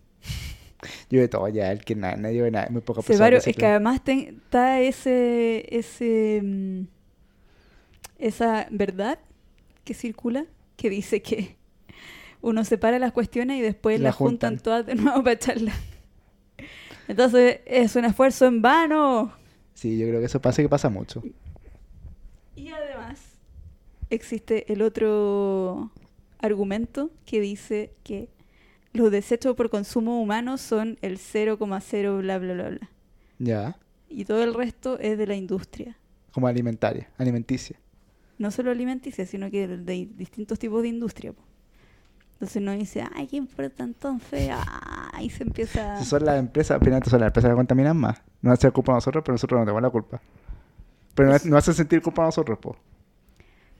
Speaker 4: Yo de todo, ya, el que nada, nadie de nada, muy poca persona
Speaker 3: Separo,
Speaker 4: que
Speaker 3: es que
Speaker 4: recicla.
Speaker 3: además ten- está ese, ese, mm, esa verdad que circula que dice que uno separa las cuestiones y después
Speaker 4: La
Speaker 3: las juntan.
Speaker 4: juntan.
Speaker 3: todas de nuevo para echarlas. Entonces es un esfuerzo en vano.
Speaker 4: Sí, yo creo que eso pasa que pasa mucho.
Speaker 3: Y además existe el otro argumento que dice que los desechos por consumo humano son el 0,0 bla bla bla bla.
Speaker 4: Ya.
Speaker 3: Y todo el resto es de la industria.
Speaker 4: Como alimentaria, alimenticia.
Speaker 3: no solo alimenticia, sino que de, de distintos tipos de industria. po. Entonces no dice, ay, ¿qué importa entonces? Ay, se empieza...
Speaker 4: Si son las empresas, al final son las empresas que contaminan más. No hace culpa a nosotros, pero nosotros no tenemos la culpa. Pero no, no hace sentir culpa a nosotros, po.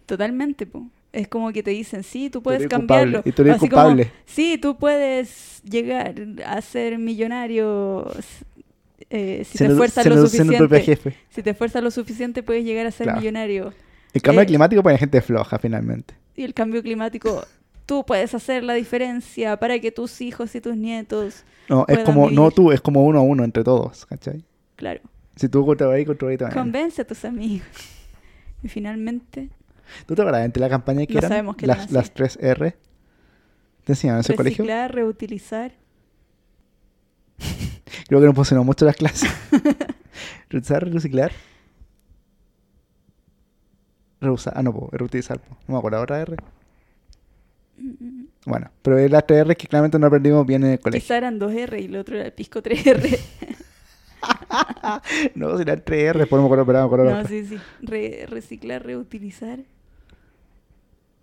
Speaker 3: Totalmente, po. Es como que te dicen, sí, tú puedes
Speaker 4: eres
Speaker 3: cambiarlo.
Speaker 4: culpable, y tú eres
Speaker 3: Así como,
Speaker 4: culpable.
Speaker 3: sí, tú puedes llegar a ser millonario eh, si
Speaker 4: Se
Speaker 3: te
Speaker 4: nos-
Speaker 3: esfuerzas
Speaker 4: se
Speaker 3: lo
Speaker 4: nos- se nos propio
Speaker 3: suficiente.
Speaker 4: jefe.
Speaker 3: Si te esfuerzas lo suficiente puedes llegar a ser
Speaker 4: Claro.
Speaker 3: millonario.
Speaker 4: El cambio
Speaker 3: Eh,
Speaker 4: climático pone gente floja, finalmente.
Speaker 3: Y el cambio climático, tú puedes hacer la diferencia para que tus hijos y tus nietos...
Speaker 4: No, es
Speaker 3: puedan
Speaker 4: como, no
Speaker 3: vivir.
Speaker 4: tú, es como uno a uno entre todos, ¿cachai?
Speaker 3: Claro.
Speaker 4: Si tú controlas ahí, controlas ahí también.
Speaker 3: Convence a tus amigos. Y finalmente,
Speaker 4: ¿Tú te acuerdas entre la campaña que
Speaker 3: No
Speaker 4: eran
Speaker 3: sabemos qué eran
Speaker 4: las,
Speaker 3: así.
Speaker 4: las tres R? ¿Te enseñaron en ese colegio?
Speaker 3: reciclar, reutilizar.
Speaker 4: Creo que nos funcionó mucho las clases. Reutilizar, reciclar. Reusar. Ah, no, po, reutilizar. po. No me acuerdo ahora R. Bueno, pero es las tres R que claramente no aprendimos bien en el colegio.
Speaker 3: Quizá eran 2R y el otro era el pisco 3R.
Speaker 4: No, si eran tres R, pues no me acuerdo, pero no me acuerdo. la
Speaker 3: no,
Speaker 4: otra.
Speaker 3: sí, sí. Re- reciclar, reutilizar.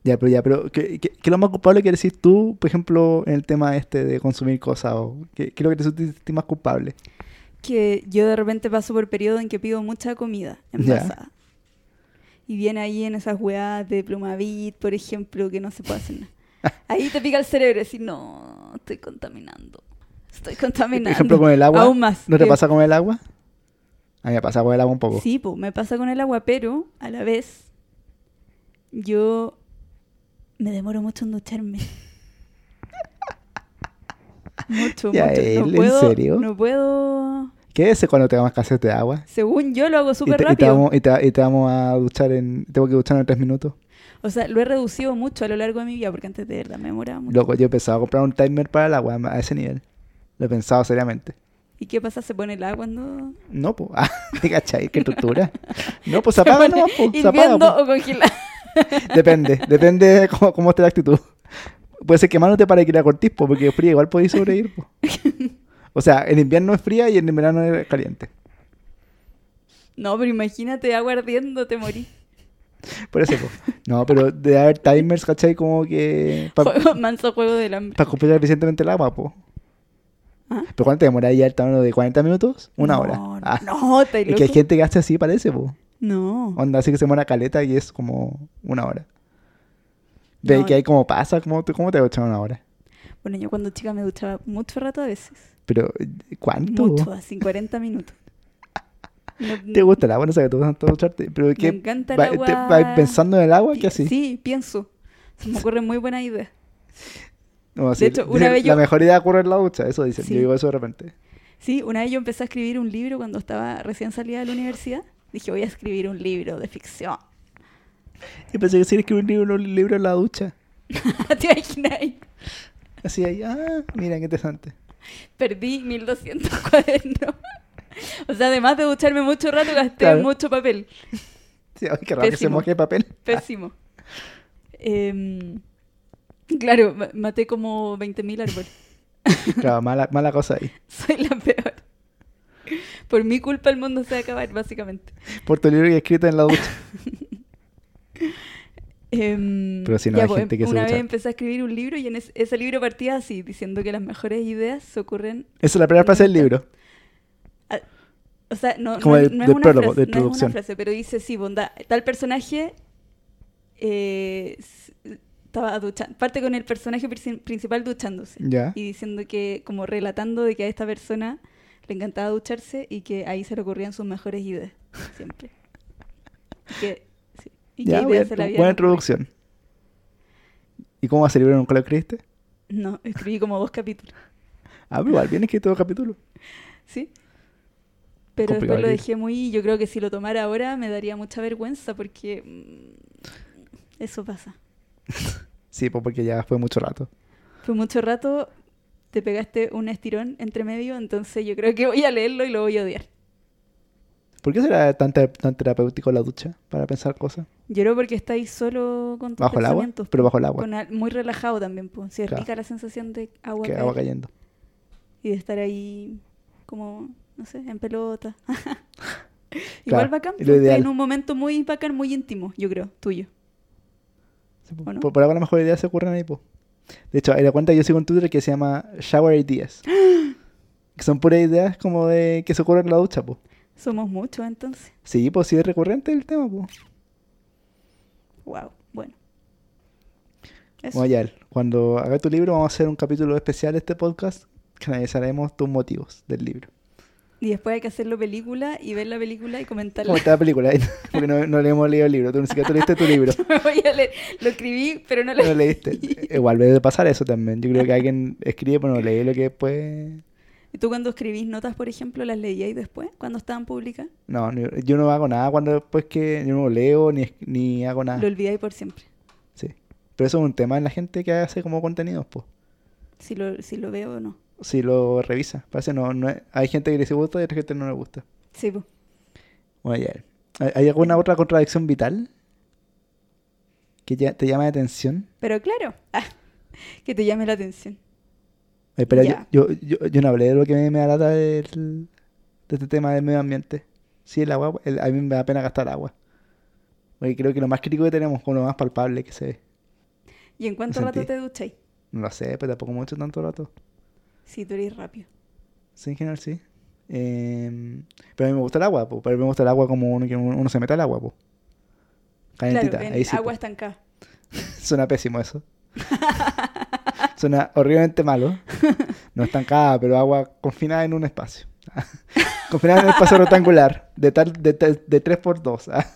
Speaker 4: Ya, pero ya, pero ¿qué, qué, qué es lo más culpable que decís tú, por ejemplo, en el tema este de consumir cosas? O, ¿qué, qué es lo que te sentís más culpable?
Speaker 3: Que yo de repente paso por periodo en que pido mucha comida
Speaker 4: Ya.
Speaker 3: envasada. Y viene ahí en esas weas de plumavit, por ejemplo, que no se puede hacer nada. Ahí te pica el cerebro y decir, no, estoy contaminando. Estoy contaminando.
Speaker 4: Por ejemplo, con el agua.
Speaker 3: Aún más.
Speaker 4: ¿No te
Speaker 3: Eh,
Speaker 4: pasa con el agua? A mí me pasa con el agua un poco.
Speaker 3: Sí, po, me pasa con el agua, pero a la vez yo me demoro mucho en ducharme. mucho,
Speaker 4: Ya,
Speaker 3: mucho.
Speaker 4: él,
Speaker 3: No
Speaker 4: ¿en
Speaker 3: puedo,
Speaker 4: serio?
Speaker 3: No puedo.
Speaker 4: ¿Qué es cuando te más escasez de agua?
Speaker 3: Según yo lo hago
Speaker 4: Y
Speaker 3: súper
Speaker 4: te, y te
Speaker 3: rápido.
Speaker 4: vamos, y te- y te vamos a duchar en... Tengo que duchar en tres minutos.
Speaker 3: O sea, lo he reducido mucho a lo largo de mi vida porque antes de verdad me demoraba mucho.
Speaker 4: Loco, yo he pensado comprar un timer para el agua a ese nivel. Lo he pensado seriamente.
Speaker 3: ¿Y qué pasa? ¿Se pone el agua cuando.?
Speaker 4: No, pues. Ah, ¿te cachai? ¿Qué tortura? No, pues se apaga
Speaker 3: pone
Speaker 4: nomás, po, Se apaga,
Speaker 3: hirviendo
Speaker 4: po.
Speaker 3: o congelado?
Speaker 4: Depende. Depende de cómo, cómo esté la actitud. Puede ser quemándote para que la cortís, po, porque fría igual podéis sobrevivir, po. O sea, en invierno es fría y en verano es caliente.
Speaker 3: No, pero imagínate agua ardiendo, te morí.
Speaker 4: Por eso, po. No, pero de haber timers, ¿cachai? Como que... pa-
Speaker 3: Juego- manso juego del hambre.
Speaker 4: Para completar eficientemente el agua, po.
Speaker 3: ¿Ah?
Speaker 4: ¿Pero cuánto te demora ya el tamaño de 40 minutos? ¿Una
Speaker 3: No,
Speaker 4: hora?
Speaker 3: no,
Speaker 4: Ah,
Speaker 3: No, te
Speaker 4: es que hay gente que hace así, parece, po.
Speaker 3: No.
Speaker 4: Onda, así que se demora caleta y es como una hora. Ve
Speaker 3: No,
Speaker 4: que hay como pasa, ¿cómo te, cómo te duchas en una hora?
Speaker 3: Bueno, yo cuando chica me duchaba mucho rato a veces.
Speaker 4: Pero, ¿cuánto?
Speaker 3: Mucho, así 40 minutos. No-
Speaker 4: ¿Te gusta el agua? No sé, te gusta ducharte. Pero
Speaker 3: me
Speaker 4: ¿qué?
Speaker 3: encanta el
Speaker 4: va-
Speaker 3: agua.
Speaker 4: te- ¿Vas pensando en el agua? ¿Qué así?
Speaker 3: Sí, pienso. Se me ocurren muy buenas ideas.
Speaker 4: No,
Speaker 3: De hecho, una
Speaker 4: la,
Speaker 3: vez
Speaker 4: la
Speaker 3: yo-
Speaker 4: mejor idea ocurre en la ducha, eso dicen.
Speaker 3: Sí.
Speaker 4: Yo digo eso de repente.
Speaker 3: Sí, una vez yo empecé a escribir un libro cuando estaba recién salida de la universidad. Dije, voy a escribir un libro de ficción.
Speaker 4: Y pensé que si escribir un libro, un libro en la ducha.
Speaker 3: ¿Te imaginas?
Speaker 4: Así ahí, ah, mira, qué interesante.
Speaker 3: Perdí 1200 cuadernos. O sea, además de ducharme mucho rato, gasté
Speaker 4: Claro.
Speaker 3: mucho papel.
Speaker 4: Sí, ay, qué raro que se
Speaker 3: Pésimo.
Speaker 4: moje el papel.
Speaker 3: Pésimo.
Speaker 4: Ah.
Speaker 3: Em, claro, ma- maté como 20.000 árboles.
Speaker 4: Claro, mala, mala cosa ahí.
Speaker 3: Soy la peor. Por mi culpa el mundo se va a acabar, básicamente.
Speaker 4: Por tu libro que escrito en la ducha.
Speaker 3: Em,
Speaker 4: Pero si no
Speaker 3: ya,
Speaker 4: hay
Speaker 3: pues,
Speaker 4: gente que se
Speaker 3: Una
Speaker 4: ducha.
Speaker 3: vez empecé a escribir un libro y en es- ese libro partía así, diciendo que las mejores ideas se ocurren...
Speaker 4: Esa es la primera frase del libro.
Speaker 3: O sea, no,
Speaker 4: Como
Speaker 3: no, es-
Speaker 4: de-
Speaker 3: no es
Speaker 4: de
Speaker 3: una
Speaker 4: prólogo,
Speaker 3: frase,
Speaker 4: de
Speaker 3: no es una
Speaker 4: introducción.
Speaker 3: frase, pero dice, sí, bondad, tal personaje eh, s- estaba duchando, parte con el personaje princi- principal duchándose.
Speaker 4: Ya.
Speaker 3: y diciendo que, como relatando de que a esta persona le encantaba ducharse y que ahí se le ocurrían sus mejores ideas, siempre. Y que, sí. ¿Y qué
Speaker 4: Ya,
Speaker 3: ideas
Speaker 4: buena,
Speaker 3: se le habían
Speaker 4: buena
Speaker 3: ocurrido?
Speaker 4: introducción. ¿Y cómo va a libro nunca lo escribiste?
Speaker 3: No, escribí como dos capítulos,
Speaker 4: Ah, pero igual, bien escrito los capítulos.
Speaker 3: ¿sí? Pero
Speaker 4: Complicado
Speaker 3: después lo
Speaker 4: el libro.
Speaker 3: dejé muy... Yo creo que si lo tomara ahora me daría mucha vergüenza porque... mm, Eso pasa.
Speaker 4: Sí, pues porque ya fue mucho rato.
Speaker 3: Fue mucho rato, te pegaste un estirón entre medio, entonces yo creo que voy a leerlo y lo voy a odiar.
Speaker 4: ¿Por qué será tan, ter- tan terapéutico la ducha para pensar cosas?
Speaker 3: Lloro porque estáis solo con tus
Speaker 4: ¿Bajo el agua?
Speaker 3: pensamientos.
Speaker 4: Pero bajo el agua.
Speaker 3: Con al- muy relajado también, pues. Sí, es
Speaker 4: Claro.
Speaker 3: rica la sensación de agua,
Speaker 4: Que
Speaker 3: caer
Speaker 4: agua cayendo.
Speaker 3: y de estar ahí como, no sé, en pelota. Igual
Speaker 4: Claro,
Speaker 3: bacán,
Speaker 4: y lo
Speaker 3: pues, estás
Speaker 4: ideal.
Speaker 3: en un momento muy bacán, muy íntimo, yo creo, tuyo.
Speaker 4: Sí, po.
Speaker 3: ¿O no?
Speaker 4: por, por ahora la mejor idea se ocurren ahí, po. De hecho, hay la cuenta que yo sigo en Twitter que se llama Shower Ideas. que son puras ideas como de que se ocurren en la ducha, po.
Speaker 3: Somos muchos entonces.
Speaker 4: Sí, pues sí es recurrente el tema, po.
Speaker 3: Wow, bueno. Eso.
Speaker 4: Bueno, ya, cuando haga tu libro vamos a hacer un capítulo especial de este podcast que analizaremos tus motivos del libro.
Speaker 3: Y después hay que hacerlo película y ver la película y comentarla.
Speaker 4: Como está la película, porque no, no le hemos leído el libro, tú ni siquiera tú leíste tu libro.
Speaker 3: Me voy a leer. Lo escribí, pero no lo
Speaker 4: No lo leíste. Igual debe pasar eso también. Yo creo que alguien escribe, pero no lee lo que después...
Speaker 3: ¿Y tú cuando escribís notas, por ejemplo, las leíais después, cuando estaban públicas?
Speaker 4: No, no, yo no hago nada cuando después que yo no leo ni, es- ni hago nada.
Speaker 3: Lo olvidáis por siempre.
Speaker 4: Sí. Pero eso es un tema en la gente que hace como contenidos, pues.
Speaker 3: Si lo, si lo veo o no.
Speaker 4: Si lo revisa. Parece no, no es- hay gente que les gusta y otra gente no le gusta.
Speaker 3: Sí, pues. po.
Speaker 4: Bueno, ya. ¿Hay- ¿Hay alguna otra contradicción vital que ya te llama la atención?
Speaker 3: pero claro, ah, que te llame la atención.
Speaker 4: Ay, espera, yo-
Speaker 3: Ya.
Speaker 4: yo, yo, yo no hablé de lo que me, me da lata del- de este tema del medio ambiente. Sí, el agua, el- a mí me da pena gastar agua. Porque creo que lo más crítico que tenemos, como lo más palpable que se ve.
Speaker 3: ¿Y en cuánto
Speaker 4: Lo
Speaker 3: rato
Speaker 4: sentí.
Speaker 3: te ducháis?
Speaker 4: No lo sé, pero tampoco mucho tanto rato.
Speaker 3: Si tú eres rápido.
Speaker 4: Sí, en general sí. Em, pero a mí me gusta el agua, po, pero me gusta el agua como uno, que uno, uno se mete al agua, po.
Speaker 3: Claro,
Speaker 4: Calentita,
Speaker 3: en
Speaker 4: ahí sí. po.
Speaker 3: agua estancada.
Speaker 4: Suena pésimo eso. Suena horriblemente malo. No estancada, pero agua confinada en un espacio. confinada en un espacio rectangular de, tal, de, tal- de 3x2. ah.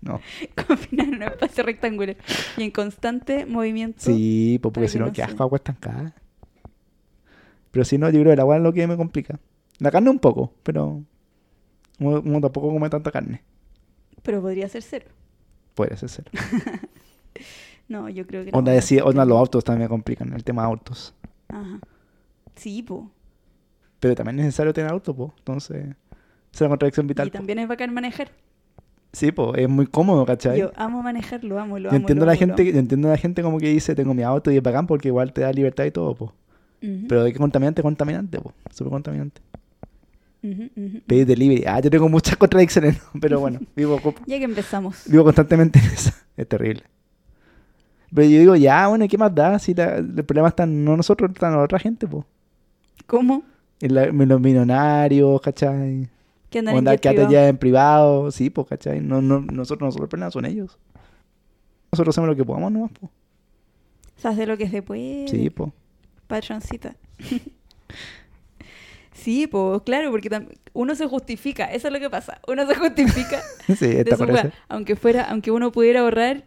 Speaker 4: No.
Speaker 3: Confinar en un espacio rectangular. Y en constante movimiento.
Speaker 4: Sí, pues
Speaker 3: Para
Speaker 4: porque si
Speaker 3: que
Speaker 4: no,
Speaker 3: no se-
Speaker 4: qué asco agua estancada. Pero si no, yo creo que el agua es lo que me complica. La carne un poco, pero uno, uno tampoco come tanta carne.
Speaker 3: Pero podría ser cero.
Speaker 4: Puede ser cero.
Speaker 3: No, yo creo que no.
Speaker 4: Onda, sí, onda los autos también me complican, el tema de autos.
Speaker 3: Ajá. Sí, po.
Speaker 4: Pero también es necesario tener auto, pues. Entonces, esa es la contradicción vital.
Speaker 3: y
Speaker 4: po.
Speaker 3: también es bacán manejar.
Speaker 4: Sí, pues es muy cómodo, ¿cachai?
Speaker 3: Yo amo manejar, lo amo, lo
Speaker 4: Yo
Speaker 3: amo.
Speaker 4: entiendo,
Speaker 3: lo
Speaker 4: la
Speaker 3: amo, lo
Speaker 4: gente,
Speaker 3: amo.
Speaker 4: yo entiendo a la gente como que dice, tengo mi auto y es bacán porque igual te da libertad y todo, pues.
Speaker 3: Ujú,
Speaker 4: Pero de qué contaminante, contaminante, pues. Súper contaminante.
Speaker 3: ujú, ujú.
Speaker 4: Pedir delivery. Ah, yo tengo muchas contradicciones, ¿no? pero bueno, vivo, co-
Speaker 3: Ya que empezamos.
Speaker 4: vivo constantemente en eso. Es terrible. Pero yo digo, ya, bueno, ¿qué más da? Si la- el problema está no nosotros, está en la otra gente, pues.
Speaker 3: ¿Cómo?
Speaker 4: En la- en Los millonarios, ¿cachai?
Speaker 3: Que andan en
Speaker 4: Onda,
Speaker 3: jet
Speaker 4: quédate
Speaker 3: privado.
Speaker 4: ya en privado. Sí, pues, ¿cachai? No, no, nosotros, nosotros el problema son ellos. Nosotros hacemos lo que podamos nomás, pues.
Speaker 3: Se hace lo que se puede.
Speaker 4: Sí, pues.
Speaker 3: Patroncita. sí, pues claro, porque tam- uno se justifica. Eso es lo que pasa. Uno se justifica
Speaker 4: Sí,
Speaker 3: de
Speaker 4: esta
Speaker 3: su weá.
Speaker 4: parece.
Speaker 3: Aunque fuera, aunque uno pudiera ahorrar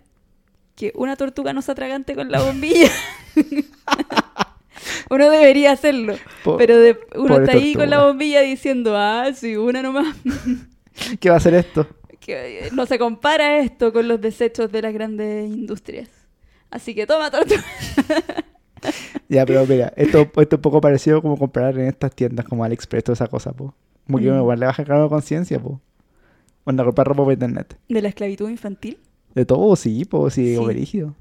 Speaker 3: que una tortuga no se atragante con la bombilla. uno debería hacerlo.
Speaker 4: Po-
Speaker 3: Pero de- uno
Speaker 4: pobre
Speaker 3: está ahí con la
Speaker 4: tortuga.
Speaker 3: bombilla diciendo, ah, sí, una nomás.
Speaker 4: ¿Qué va a ser esto?
Speaker 3: que eh, no se compara esto con los desechos de las grandes industrias. Así que toma tortuga.
Speaker 4: Ya, pero mira, esto, esto es un poco parecido como comprar en estas tiendas como AliExpress, toda esa cosa, po. Como que uno
Speaker 3: Mm.
Speaker 4: igual le baja cargo de conciencia, po. Onda, comprar ropa por internet.
Speaker 3: De la esclavitud infantil.
Speaker 4: De todo, sí, po, sí,
Speaker 3: Sí.
Speaker 4: digo, brígido.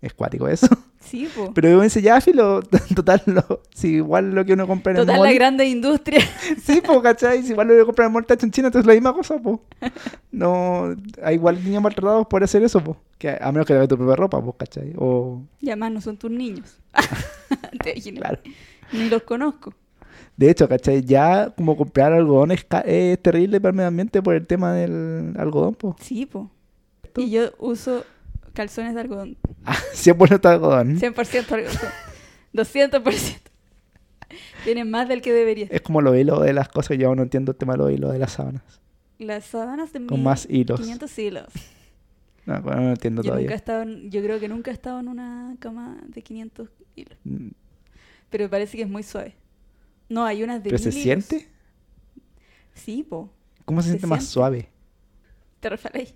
Speaker 4: Es cuático eso.
Speaker 3: Sí, po.
Speaker 4: Pero uno dice, ya, filo, total, lo, si igual lo que uno compra en el
Speaker 3: Total,
Speaker 4: mall.
Speaker 3: las grandes industrias.
Speaker 4: Sí, po, ¿cachai? Si igual lo que compra en el mall está hecho en China, entonces es la misma cosa, po. No, hay igual niños maltratados por hacer eso, po. Que a menos que te hagas tu propia ropa, po, ¿cachai? O,
Speaker 3: Y además no son tus niños. Te imaginas.
Speaker 4: claro.
Speaker 3: Ni los conozco.
Speaker 4: De hecho, ¿cachai? Ya como comprar algodón es, ca- es terrible para el medio ambiente por el tema del algodón, po.
Speaker 3: Sí, po. Y yo uso calzones de algodón.
Speaker 4: Ah, 100% está algodón.
Speaker 3: 100% algodón. 200%. Tienen más del que debería.
Speaker 4: Es como los hilos de las cosas, yo no entiendo el tema de los hilos de las sábanas.
Speaker 3: Las sábanas de
Speaker 4: Con más hilos.
Speaker 3: 500 hilos.
Speaker 4: No, bueno, no lo entiendo
Speaker 3: Yo, nunca he
Speaker 4: todavía.
Speaker 3: estado en- yo creo que nunca he estado en una cama de 500 hilos.
Speaker 4: Mm,
Speaker 3: Pero parece que es muy suave. No, hay unas de
Speaker 4: ¿Pero se
Speaker 3: mil hilos.
Speaker 4: siente?
Speaker 3: Sí, po.
Speaker 4: ¿Cómo se,
Speaker 3: Se
Speaker 4: siente más
Speaker 3: siente.
Speaker 4: suave?
Speaker 3: Te resbalé.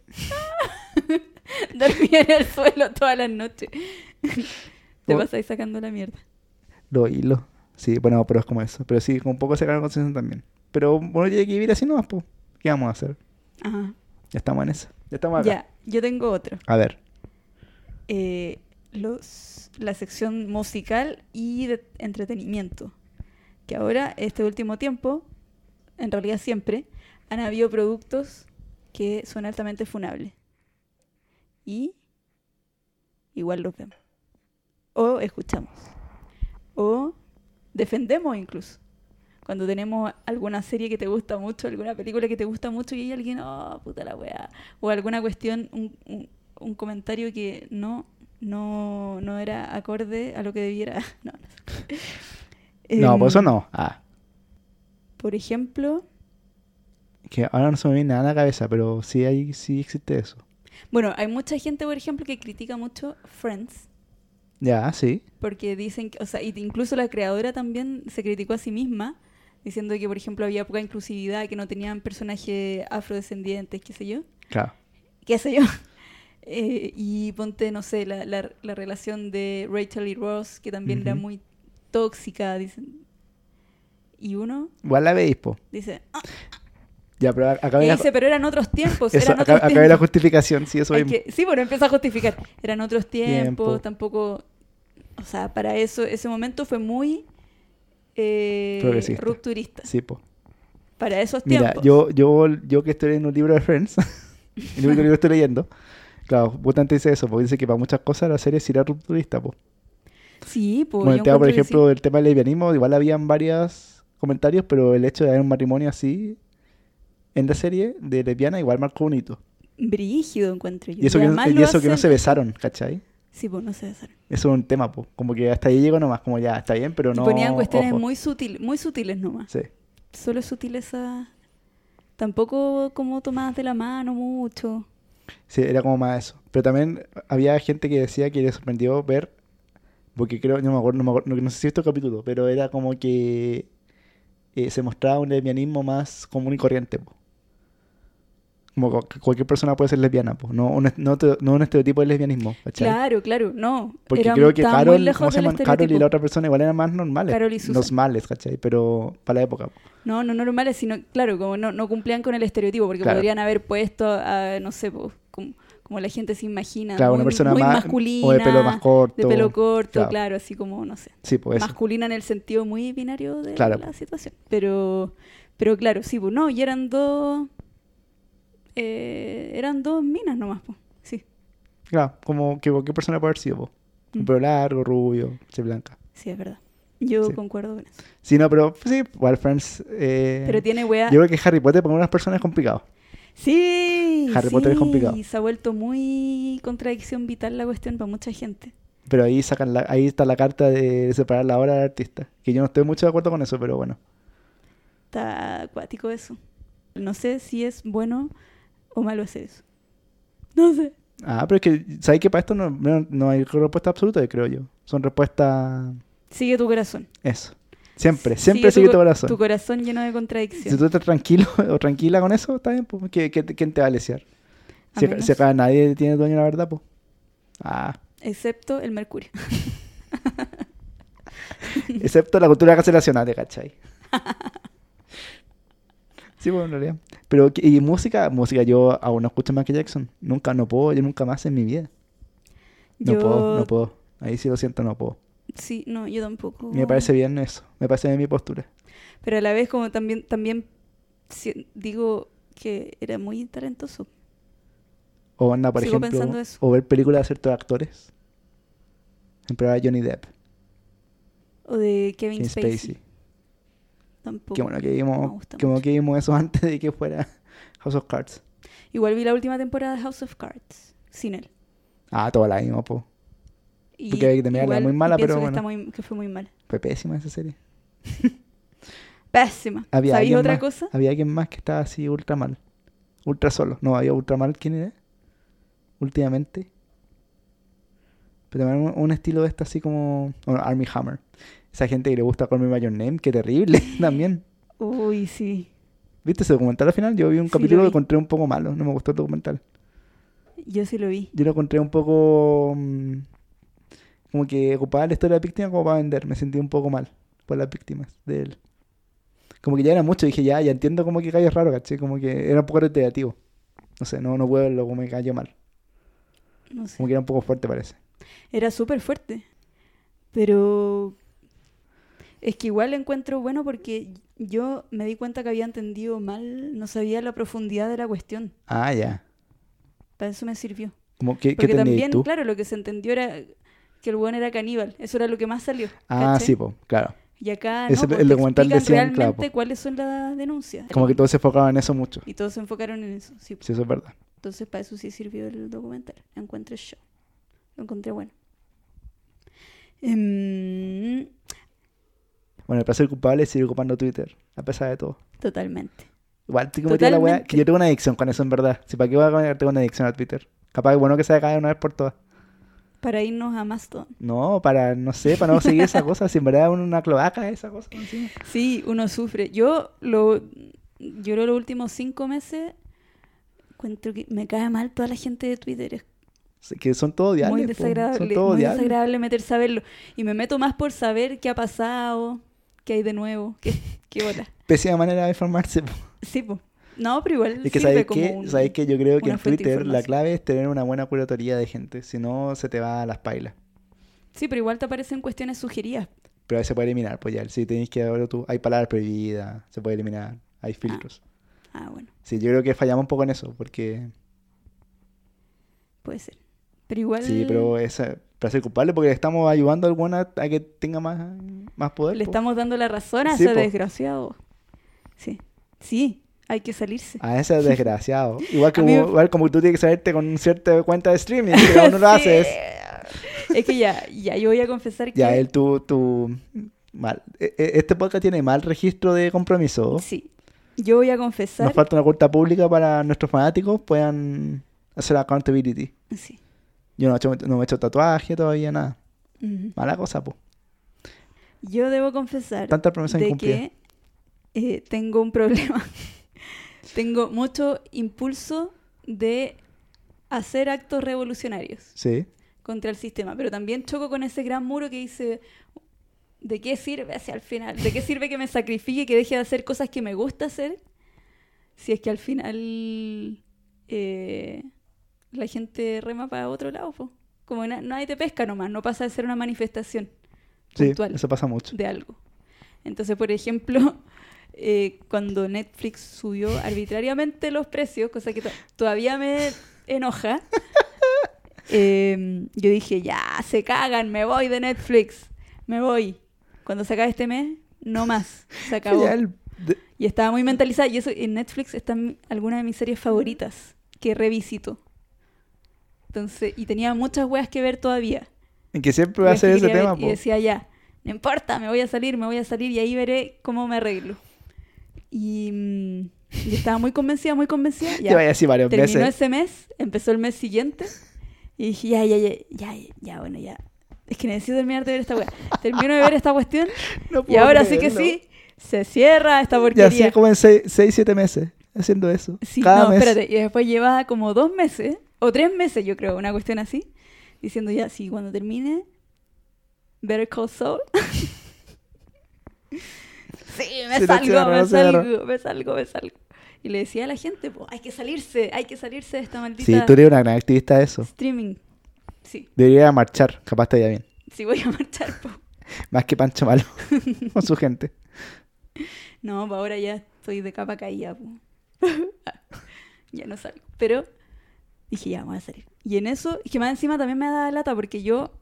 Speaker 3: Dormía en el suelo todas las noches. Te
Speaker 4: O-
Speaker 3: pasáis sacando la mierda.
Speaker 4: Lo hilo. Sí, bueno, pero es como eso. Pero sí, con un poco se gana la conciencia también. Pero bueno, ya hay que vivir así nomás, pues. ¿Qué vamos a hacer?
Speaker 3: Ajá.
Speaker 4: Ya estamos en eso. Ya estamos acá.
Speaker 3: Ya, yo tengo otro.
Speaker 4: A ver.
Speaker 3: Eh, los, la sección musical y de entretenimiento. Que ahora, este último tiempo, en realidad siempre, han habido productos que son altamente funables. Y igual los vemos. O escuchamos. O defendemos incluso. Cuando tenemos alguna serie que te gusta mucho, alguna película que te gusta mucho y hay alguien, oh, puta la weá. O alguna cuestión, un, un- un comentario que no, no, no era acorde a lo que debiera. No, no. sé.
Speaker 4: No, por eso
Speaker 3: Em,
Speaker 4: no. Ah.
Speaker 3: Por ejemplo,
Speaker 4: Que ahora no se me viene nada a la cabeza, pero sí, hay, sí existe eso.
Speaker 3: bueno, hay mucha gente, por ejemplo, que critica mucho Friends.
Speaker 4: Ya, sí.
Speaker 3: porque dicen que, o sea, y incluso la creadora también se criticó a sí misma, diciendo que, por ejemplo, había poca inclusividad, que no tenían personajes afrodescendientes, qué sé yo,
Speaker 4: Claro.
Speaker 3: qué sé yo. Eh, y ponte, no sé, la, la- la relación de Rachel y Ross, que también era
Speaker 4: Ujú.
Speaker 3: muy tóxica, dicen. Y uno
Speaker 4: Igual la veis, po.
Speaker 3: dice, "Ah",
Speaker 4: Ya, pero acá
Speaker 3: y
Speaker 4: viene
Speaker 3: dice, pero eran otros tiempos,
Speaker 4: la, eso,
Speaker 3: eran
Speaker 4: acá,
Speaker 3: otros
Speaker 4: acá viene
Speaker 3: tiempos.
Speaker 4: la justificación, sí, eso
Speaker 3: Hay
Speaker 4: mismo.
Speaker 3: que- sí, bueno, empieza a justificar. Eran otros tiempos,
Speaker 4: Tiempo.
Speaker 3: tampoco. O sea, para eso, ese momento fue muy eh,
Speaker 4: Progresista.
Speaker 3: rupturista.
Speaker 4: Sí, po.
Speaker 3: Para esos
Speaker 4: Mira,
Speaker 3: tiempos.
Speaker 4: yo, yo, yo que estoy en un libro de Friends, el único libro que estoy leyendo, claro, justamente dice eso, porque dice que para muchas cosas la serie sí era rupturista, po.
Speaker 3: Sí, pues.
Speaker 4: Con el
Speaker 3: yo
Speaker 4: tema,
Speaker 3: encuentro
Speaker 4: por
Speaker 3: que sí.
Speaker 4: ejemplo, del tema del lesbianismo, igual habían varios comentarios, pero el hecho de haber un matrimonio así en la serie de lesbiana igual marcó un hito.
Speaker 3: Brígido encuentro yo.
Speaker 4: Y eso, que, no-
Speaker 3: además
Speaker 4: y
Speaker 3: lo
Speaker 4: eso que no
Speaker 3: hacen-
Speaker 4: se besaron, ¿cachai?
Speaker 3: Sí, pues no se besaron.
Speaker 4: Eso es un tema, po. como que hasta ahí llego nomás, como ya, está bien, pero
Speaker 3: Y
Speaker 4: no...
Speaker 3: ponían cuestiones
Speaker 4: ojo.
Speaker 3: muy sutiles, muy sutiles nomás.
Speaker 4: Sí,
Speaker 3: Solo sutileza. Tampoco como tomadas de la mano mucho.
Speaker 4: sí, era como más eso. Pero también había gente que decía que le sorprendió ver, porque creo, no me acuerdo, no, me acuerdo- no- no sé si es este capítulo, pero era como que eh, se mostraba un lesbianismo más común y corriente, po. Como cu- cualquier persona puede ser lesbiana, po. No, un, est- no, te- no un estereotipo de lesbianismo, ¿cachai?
Speaker 3: Claro, claro, no.
Speaker 4: Porque
Speaker 3: Eran-
Speaker 4: creo que
Speaker 3: estaban muy
Speaker 4: Carol,
Speaker 3: lejos
Speaker 4: ¿cómo se
Speaker 3: del
Speaker 4: llaman? Carol y
Speaker 3: estereotipo.
Speaker 4: la otra persona igual eran más normales.
Speaker 3: Carol y Susan.
Speaker 4: Normales, ¿cachai? Pero para la época. po.
Speaker 3: No, no normales, sino, claro, como no, no cumplían con el estereotipo, porque
Speaker 4: Claro.
Speaker 3: podrían haber puesto, a, no sé, po, como, como la gente se imagina,
Speaker 4: Claro,
Speaker 3: Ah, muy,
Speaker 4: una persona
Speaker 3: muy
Speaker 4: más-
Speaker 3: masculina,
Speaker 4: o de pelo más corto,
Speaker 3: de pelo corto,
Speaker 4: claro.
Speaker 3: claro. así como, no sé,
Speaker 4: Sí, pues eso.
Speaker 3: masculina en el sentido muy binario de
Speaker 4: Claro.
Speaker 3: la situación. Pero, pero claro, sí, pues no, y eran dos, eh, eran dos minas nomás, pues, sí,
Speaker 4: Claro, como que cualquier persona puede haber sido, po. Con
Speaker 3: Mm.
Speaker 4: pelo largo, rubio, che blanca.
Speaker 3: sí, es verdad. Yo
Speaker 4: Sí.
Speaker 3: concuerdo con eso.
Speaker 4: Sí, no, pero sí, igual Friends. eh,
Speaker 3: Pero tiene wea...
Speaker 4: Yo creo que Harry Potter para algunas personas es complicado.
Speaker 3: Sí,
Speaker 4: Harry Potter es
Speaker 3: sí,
Speaker 4: complicado.
Speaker 3: Se ha vuelto muy contradicción vital la cuestión para mucha gente.
Speaker 4: Pero ahí sacan la, ahí está la carta de separar la obra del artista. Que yo no estoy mucho de acuerdo con eso, pero bueno.
Speaker 3: Está acuático eso. No sé si es bueno o malo hacer eso. No sé.
Speaker 4: Ah, pero es que, ¿sabes que Para esto no, no, no hay respuesta absoluta, creo yo. Son respuestas.
Speaker 3: Sigue tu corazón.
Speaker 4: Eso. Siempre, siempre sigue, tu
Speaker 3: co-
Speaker 4: corazón.
Speaker 3: Tu corazón lleno de
Speaker 4: Si
Speaker 3: contradicciones.
Speaker 4: tú estás tranquilo o tranquila con eso, está bien, pues. ¿qué- qué- quién te va a lesear?
Speaker 3: A
Speaker 4: Si, acá-
Speaker 3: menos-
Speaker 4: si acá nadie tiene dueño, la verdad, pues. Ah.
Speaker 3: Excepto el mercurio.
Speaker 4: Excepto la cultura cancelacional, ¿te ¿cachai? Sí, bueno, en realidad. Pero, ¿qué- ¿y música? Música, yo aún no escucho Michael Jackson. Nunca, no puedo, yo nunca más en mi vida. No
Speaker 3: yo...
Speaker 4: puedo, no puedo. Ahí sí lo siento, no puedo.
Speaker 3: Sí, no, yo tampoco.
Speaker 4: Me parece bien eso. Me parece bien mi postura.
Speaker 3: Pero a la vez como también, también si- digo que era muy talentoso.
Speaker 4: O banda, por
Speaker 3: Sigo
Speaker 4: ejemplo,
Speaker 3: pensando eso.
Speaker 4: o ver películas de ciertos actores. En prueba de Johnny Depp,
Speaker 3: O de Kevin,
Speaker 4: Kevin
Speaker 3: Spacey.
Speaker 4: Spacey.
Speaker 3: Tampoco.
Speaker 4: Qué bueno que
Speaker 3: me
Speaker 4: vimos,
Speaker 3: gusta
Speaker 4: qué bueno que vimos eso antes de que fuera House of Cards.
Speaker 3: Igual vi la última temporada de House of Cards. Sin él.
Speaker 4: Ah, toda la misma, po.
Speaker 3: Y
Speaker 4: Porque hay que terminar la
Speaker 3: igual
Speaker 4: muy mala,
Speaker 3: pienso
Speaker 4: pero
Speaker 3: que,
Speaker 4: bueno.
Speaker 3: está muy- que fue muy mala.
Speaker 4: Fue pésima esa serie.
Speaker 3: Pésima.
Speaker 4: Había
Speaker 3: ¿Sabéis
Speaker 4: alguien
Speaker 3: otra
Speaker 4: más-
Speaker 3: cosa?
Speaker 4: Había alguien más que estaba así ultra mal. Ultra solo. No, había ultra mal. ¿Quién era? Últimamente. Pero también un, un estilo de esta así como... bueno, Army Hammer. Esa gente que le gusta Call Me By Your Name. Qué terrible también.
Speaker 3: Uy, sí.
Speaker 4: ¿Viste ese documental al final? Yo vi un
Speaker 3: Sí, lo
Speaker 4: capítulo que
Speaker 3: vi.
Speaker 4: encontré un poco malo. No me gustó el documental.
Speaker 3: Yo sí lo vi.
Speaker 4: Yo lo encontré un poco... mm, Como que ocupaba la historia de la víctima como para vender. Me sentí un poco mal por las víctimas de él. Como que ya era mucho. Dije, ya, ya entiendo como que cayó raro, caché. Como que era un poco reiterativo. No sé, no, no puedo verlo como me cayó mal.
Speaker 3: No sé.
Speaker 4: Como que era un poco fuerte, parece.
Speaker 3: Era súper fuerte. Pero es que igual lo encuentro bueno porque yo me di cuenta que había entendido mal, no sabía la profundidad de la cuestión.
Speaker 4: Ah, ya.
Speaker 3: Para eso me sirvió.
Speaker 4: Como que, ¿Qué
Speaker 3: Porque
Speaker 4: tenías
Speaker 3: también,
Speaker 4: tú?
Speaker 3: claro, lo que se entendió era que el buen era caníbal. Eso era lo que más salió.
Speaker 4: ah,
Speaker 3: ¿cachai?
Speaker 4: sí, po, claro.
Speaker 3: Y acá
Speaker 4: Ese-
Speaker 3: no, pues,
Speaker 4: el
Speaker 3: te
Speaker 4: documental
Speaker 3: explican
Speaker 4: decían, claro,
Speaker 3: realmente
Speaker 4: pues.
Speaker 3: cuáles son las denuncias.
Speaker 4: Como que todos se enfocaban en eso mucho.
Speaker 3: Y todos se enfocaron en eso. Sí, pues.
Speaker 4: Sí, eso es verdad.
Speaker 3: Entonces para eso sí sirvió el documental. Lo encontré yo. Lo encontré bueno. Em,
Speaker 4: Bueno, el placer culpable sigue ocupando Twitter, a pesar de todo.
Speaker 3: totalmente.
Speaker 4: Igual, estoy como tiene la weá,
Speaker 3: Totalmente.
Speaker 4: que yo tengo una adicción con eso, en verdad. Si para qué voy a tener una adicción a Twitter. Capaz que bueno que se acabe una vez por todas.
Speaker 3: Para irnos a Mastodon.
Speaker 4: No, para, no sé, para no seguir esa cosa. Si en verdad es una cloaca esa cosa encima.
Speaker 3: Sí, uno sufre. Yo lo yo lo- los últimos cinco meses encuentro que me cae mal toda la gente de Twitter. Es
Speaker 4: Sí, Que son todos odiables.
Speaker 3: muy
Speaker 4: po, Son
Speaker 3: desagradable,
Speaker 4: todos
Speaker 3: muy
Speaker 4: odiables.
Speaker 3: desagradable meter saberlo. Y me meto más por saber qué ha pasado, qué hay de nuevo, qué, qué bola.
Speaker 4: Pésima manera de informarse. po.
Speaker 3: Sí, po. No, pero igual
Speaker 4: Es que
Speaker 3: sirve
Speaker 4: sabéis
Speaker 3: como
Speaker 4: que,
Speaker 3: un-
Speaker 4: sabéis que yo creo que
Speaker 3: una
Speaker 4: en
Speaker 3: fuente de
Speaker 4: Twitter la
Speaker 3: información.
Speaker 4: clave es tener una buena curatoría de gente. Si no, se te va a las pailas.
Speaker 3: Sí, pero igual te aparecen cuestiones sugeridas.
Speaker 4: Pero ahí se puede eliminar, pues ya. Si tenéis que ahora tú, hay palabras prohibidas, se puede eliminar, hay filtros.
Speaker 3: Ah, bueno,
Speaker 4: Sí, yo creo que fallamos un poco en eso, porque
Speaker 3: puede ser. Pero igual
Speaker 4: Sí, pero esa, para ser culpable porque le estamos ayudando a alguna a que tenga más, más poder.
Speaker 3: le
Speaker 4: po.
Speaker 3: estamos dando la razón a
Speaker 4: pues. Sí, pues.
Speaker 3: ese
Speaker 4: po.
Speaker 3: desgraciado. Sí, sí, hay que salirse.
Speaker 4: A ese desgraciado. Igual que
Speaker 3: A mí
Speaker 4: como-
Speaker 3: me-
Speaker 4: igual como tú tienes que salirte con cierta cuenta de streaming, pero aún no lo
Speaker 3: Sí.
Speaker 4: haces.
Speaker 3: Es que ya, ya yo voy a confesar que.
Speaker 4: Ya, él tu, tu mal. e- e- Este podcast tiene mal registro de compromiso.
Speaker 3: Sí. Yo voy a
Speaker 4: Nos
Speaker 3: confesar.
Speaker 4: falta una cuenta pública para nuestros fanáticos puedan hacer accountability.
Speaker 3: Sí.
Speaker 4: Yo no, he hecho- no me he hecho tatuaje todavía, nada.
Speaker 3: Ujú.
Speaker 4: Mala cosa, po.
Speaker 3: Mm. Yo debo confesar
Speaker 4: Tanta promesa
Speaker 3: de
Speaker 4: incumplida.
Speaker 3: que eh, tengo un problema. tengo mucho impulso de hacer actos revolucionarios
Speaker 4: Sí.
Speaker 3: contra el sistema, pero también choco con ese gran muro que dice. ¿De qué sirve hacia el final? ¿De qué sirve que me sacrifique, que deje de hacer cosas que me gusta hacer? Si es que al final eh, la gente rema para otro lado, po. como na- nadie te pesca nomás, no pasa de ser una manifestación
Speaker 4: Sí,
Speaker 3: puntual
Speaker 4: eso pasa mucho.
Speaker 3: de algo. Entonces, por ejemplo, eh, cuando Netflix subió arbitrariamente los precios, cosa que to- todavía me enoja, eh, yo dije, ya, se cagan, me voy de Netflix, me voy. Cuando se acabe este mes, no más, se acabó.
Speaker 4: Ya el- de-
Speaker 3: Y estaba muy mentalizada. Y eso en Netflix están algunas de mis series favoritas que revisito. Entonces, y tenía muchas weas que ver todavía.
Speaker 4: que siempre va a
Speaker 3: Weas que
Speaker 4: ser ese
Speaker 3: quería
Speaker 4: tema,
Speaker 3: ver, Y
Speaker 4: po.
Speaker 3: decía ya, no importa, me voy a salir, me voy a salir y ahí veré cómo me arreglo. Y, mm, y estaba muy convencida, muy convencida.
Speaker 4: Te
Speaker 3: Ya.
Speaker 4: vaya así varios
Speaker 3: Terminó
Speaker 4: meses.
Speaker 3: ese mes, empezó el mes siguiente y dije, ya, ya, ya, ya, ya, ya, bueno, ya. Es que necesito terminar de ver esta wea. Termino de ver esta cuestión
Speaker 4: No
Speaker 3: y
Speaker 4: puedo
Speaker 3: ahora sí que
Speaker 4: creerlo.
Speaker 3: sí, se cierra esta
Speaker 4: Y
Speaker 3: porquería.
Speaker 4: así como en 6, 7 meses haciendo eso.
Speaker 3: Sí,
Speaker 4: Cada
Speaker 3: no,
Speaker 4: mes.
Speaker 3: espérate. Y después lleva como dos meses, o tres meses, yo creo, una cuestión así, diciendo ya, sí, cuando termine, Better Call Saul. sí, me
Speaker 4: Sí, te
Speaker 3: salgo,
Speaker 4: cierro,
Speaker 3: me
Speaker 4: te cierro.
Speaker 3: salgo, me salgo, me salgo. Y le decía a la gente, po, hay que salirse, hay que salirse de esta maldita
Speaker 4: Sí, tú eres una gran activista de eso.
Speaker 3: streaming. Sí,
Speaker 4: Debería marchar, capaz te vaya bien.
Speaker 3: sí voy a marchar, po.
Speaker 4: Más que Pancho Malo con su gente.
Speaker 3: No, pa, ahora ya estoy de capa caída. po. ya no salgo. Pero dije, ya, voy a salir. Y en eso, es que más encima también me da lata porque yo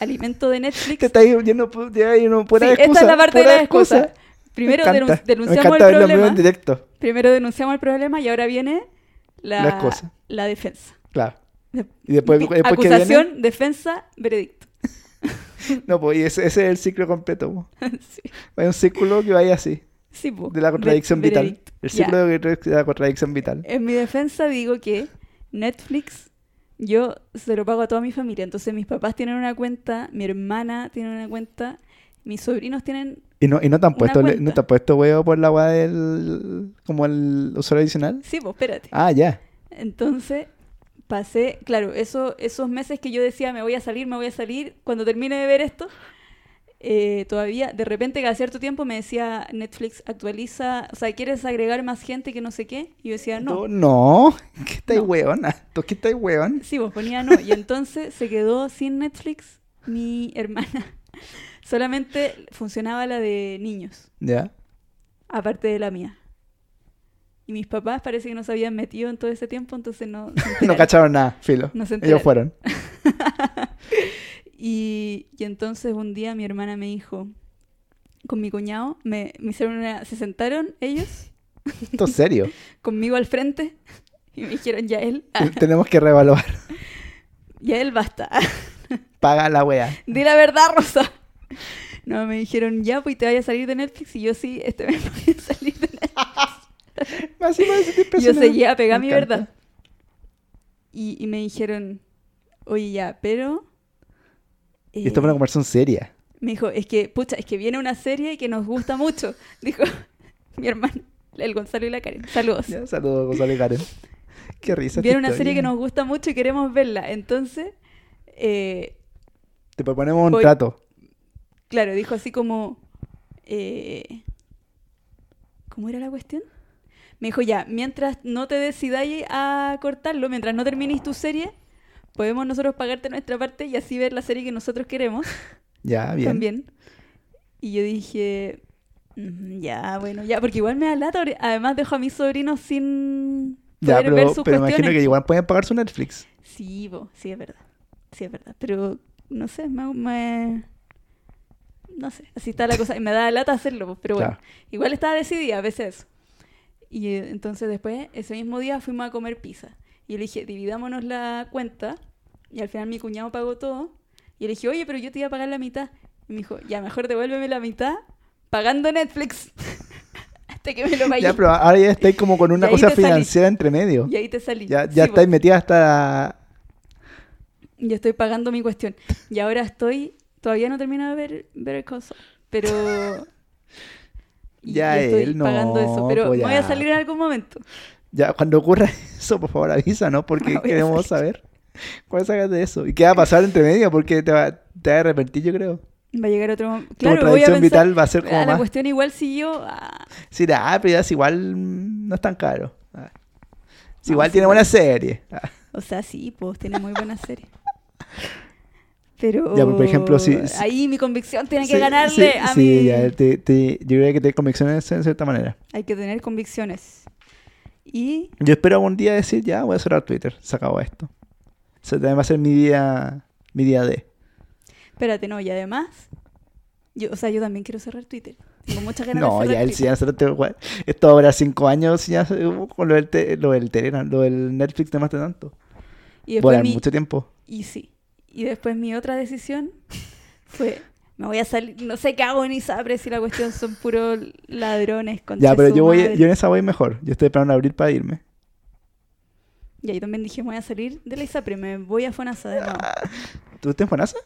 Speaker 3: alimento de Netflix.
Speaker 4: Te está yendo, pu- ya yendo pura
Speaker 3: Sí,
Speaker 4: excusa.
Speaker 3: esta es la parte de
Speaker 4: pura
Speaker 3: la excusa. Primero
Speaker 4: me
Speaker 3: denun-
Speaker 4: encanta. me
Speaker 3: denunciamos
Speaker 4: encanta
Speaker 3: el
Speaker 4: verlo en vivo
Speaker 3: problema.
Speaker 4: en directo.
Speaker 3: Primero denunciamos el problema y ahora viene la,
Speaker 4: La excusa.
Speaker 3: la defensa.
Speaker 4: Claro.
Speaker 3: De-
Speaker 4: Y después,
Speaker 3: pi-
Speaker 4: después que
Speaker 3: acusación,
Speaker 4: viene.
Speaker 3: defensa, veredicto.
Speaker 4: No, pues y ese, ese es el ciclo completo. po.
Speaker 3: sí,
Speaker 4: Hay un círculo que vaya así,
Speaker 3: sí, po.
Speaker 4: de la contradicción
Speaker 3: Ve-
Speaker 4: vital.
Speaker 3: veredicto.
Speaker 4: El
Speaker 3: Ya.
Speaker 4: ciclo de de la contradicción vital.
Speaker 3: En mi defensa digo que Netflix yo se lo pago a toda mi familia. Entonces mis papás tienen una cuenta, mi hermana tiene una cuenta, mis sobrinos tienen...
Speaker 4: Y no, y no te han
Speaker 3: Una
Speaker 4: puesto, le- no
Speaker 3: cuenta.
Speaker 4: te han puesto huevo por la weá del. como el usuario adicional.
Speaker 3: Sí, pues espérate.
Speaker 4: Ah, ya.
Speaker 3: Entonces, pasé, claro, eso, esos meses que yo decía me voy a salir, me voy a salir, cuando termine de ver esto, eh, todavía, de repente cada cierto tiempo me decía Netflix actualiza, o sea, ¿quieres agregar más gente que no sé qué? Y yo decía Ah, no.
Speaker 4: No, no. ¿Qué estáis
Speaker 3: No.
Speaker 4: weona? ¿Tú qué estáis weón?
Speaker 3: Sí, vos ponía no. Y entonces se quedó sin Netflix mi hermana. Solamente funcionaba la de niños,
Speaker 4: Ya.
Speaker 3: aparte de la mía. Y mis papás parece que no se habían metido en todo ese tiempo, entonces no... se
Speaker 4: No
Speaker 3: enteraron.
Speaker 4: cacharon nada, filo.
Speaker 3: No se
Speaker 4: Ellos
Speaker 3: enteraron.
Speaker 4: fueron.
Speaker 3: y, y entonces un día mi hermana me dijo, con mi cuñado, me, me hicieron una- se sentaron ellos
Speaker 4: Esto es serio.
Speaker 3: conmigo al frente y me dijeron, ya él,
Speaker 4: Tenemos que reevaluar.
Speaker 3: ya él basta,
Speaker 4: Paga la wea.
Speaker 3: di la verdad, Rosa. No, me dijeron, ya, pues te vaya a salir de Netflix y yo sí, este me voy a salir de Netflix.
Speaker 4: Más y más, estoy
Speaker 3: Y yo
Speaker 4: impresionado.
Speaker 3: seguía a pegar
Speaker 4: Me
Speaker 3: mi
Speaker 4: encanta.
Speaker 3: verdad. Y, y me dijeron, oye, ya, pero...
Speaker 4: Y esto fue una
Speaker 3: eh,
Speaker 4: conversación seria.
Speaker 3: Me dijo, es que, pucha, es que viene una serie que nos gusta mucho. Dijo mi hermano, el Gonzalo y la Karen. Saludos.
Speaker 4: Ya, saludos, Gonzalo y Karen. Qué risa. esta
Speaker 3: viene una
Speaker 4: historia.
Speaker 3: serie que nos gusta mucho y queremos verla. Entonces, eh,
Speaker 4: Te proponemos un
Speaker 3: Voy-
Speaker 4: trato.
Speaker 3: claro, dijo así como... eh, ¿Cómo era la cuestión? Me dijo, ya, mientras no te decidáis a cortarlo, mientras no termines tu serie, podemos nosotros pagarte nuestra parte y así ver la serie que nosotros queremos.
Speaker 4: Ya, bien.
Speaker 3: también. Y yo dije, "Mm, ya, bueno, ya, porque igual me da lata, ori- además dejo a mis sobrinos sin
Speaker 4: Ya,
Speaker 3: poder
Speaker 4: pero,
Speaker 3: ver sus
Speaker 4: pero imagino
Speaker 3: cuestiones.
Speaker 4: que igual pueden pagar su Netflix.
Speaker 3: Sí, bo, sí, es verdad, sí, es verdad, pero no sé, me... me- No sé, así está la cosa, y me da lata hacerlo, bo, pero bueno,
Speaker 4: Claro.
Speaker 3: igual estaba decidida a veces. Y eh, entonces después, ese mismo día fuimos a comer pizza. Y yo le dije, dividámonos la cuenta. Y al final mi cuñado pagó todo. Y le dije, oye, pero yo te iba a pagar la mitad. Y me dijo, ya, mejor devuélveme la mitad pagando Netflix. Hasta que me lo pague.
Speaker 4: Ya, pero ahora ya estáis como con
Speaker 3: Y
Speaker 4: una
Speaker 3: ahí
Speaker 4: cosa
Speaker 3: te salís.
Speaker 4: financiera entre medio.
Speaker 3: Y ahí te salí.
Speaker 4: Ya,
Speaker 3: Sí,
Speaker 4: ya
Speaker 3: po.
Speaker 4: estáis metida hasta.
Speaker 3: Yo estoy pagando mi cuestión. Y ahora estoy. Todavía no termino de ver ver cosas. Pero. y-
Speaker 4: Ya
Speaker 3: y estoy
Speaker 4: él, no,
Speaker 3: pagando eso. Pero
Speaker 4: po,
Speaker 3: me voy a
Speaker 4: ya.
Speaker 3: salir en algún momento.
Speaker 4: Ya, cuando ocurra eso, por favor avisa, ¿no? Porque
Speaker 3: Me voy a
Speaker 4: queremos saber. ¿Cuál sacas de eso? ¿Y qué va a pasar entre medio? Porque te va, te va a arrepentir, yo creo.
Speaker 3: Va a llegar otro momento.
Speaker 4: Tu
Speaker 3: Claro, voy a
Speaker 4: tradición
Speaker 3: pensar.
Speaker 4: vital va a ser
Speaker 3: "Ah,
Speaker 4: como
Speaker 3: la
Speaker 4: más.
Speaker 3: cuestión igual siguió. ah,
Speaker 4: Sí, ah, pero ya es igual. mm, No es tan caro. Ah. Si
Speaker 3: No,
Speaker 4: igual
Speaker 3: sí, pues.
Speaker 4: tiene
Speaker 3: igual.
Speaker 4: buena serie. Ah.
Speaker 3: O sea, sí, pues tiene muy buenas series. Pero,
Speaker 4: Ya, pero por ejemplo, si- si-
Speaker 3: ahí mi convicción tiene que
Speaker 4: Sí,
Speaker 3: ganarle
Speaker 4: sí,
Speaker 3: a
Speaker 4: sí,
Speaker 3: mi-
Speaker 4: ya, te- te- yo creo que te convicciones en cierta manera.
Speaker 3: Hay que tener convicciones. Y
Speaker 4: Yo espero algún día decir, ya, voy a cerrar Twitter, se acabó esto. O sea, también va a ser mi día, mi día D.
Speaker 3: espérate, no, y además, yo, o sea, yo también quiero cerrar Twitter. Tengo muchas ganas
Speaker 4: No,
Speaker 3: de cerrar
Speaker 4: ya, él
Speaker 3: Twitter.
Speaker 4: si ya cerraste, gua- esto habrá cinco años si ya, se- uh, con lo del, te- lo del Telegram, lo del Netflix, no más de tanto.
Speaker 3: Y después
Speaker 4: Volar
Speaker 3: mi-
Speaker 4: mucho tiempo.
Speaker 3: Y sí. Y después mi otra decisión fue, me voy a salir, no sé qué hago en Isapre si la cuestión son puros ladrones. concha
Speaker 4: Ya, pero
Speaker 3: su
Speaker 4: yo voy,
Speaker 3: madre.
Speaker 4: yo en esa voy mejor. Yo estoy esperando abrir para irme.
Speaker 3: Y ahí también dije, me voy a salir de la Isapre, me voy a Fonasa de nuevo.
Speaker 4: ¿Tú estás en Fonasa?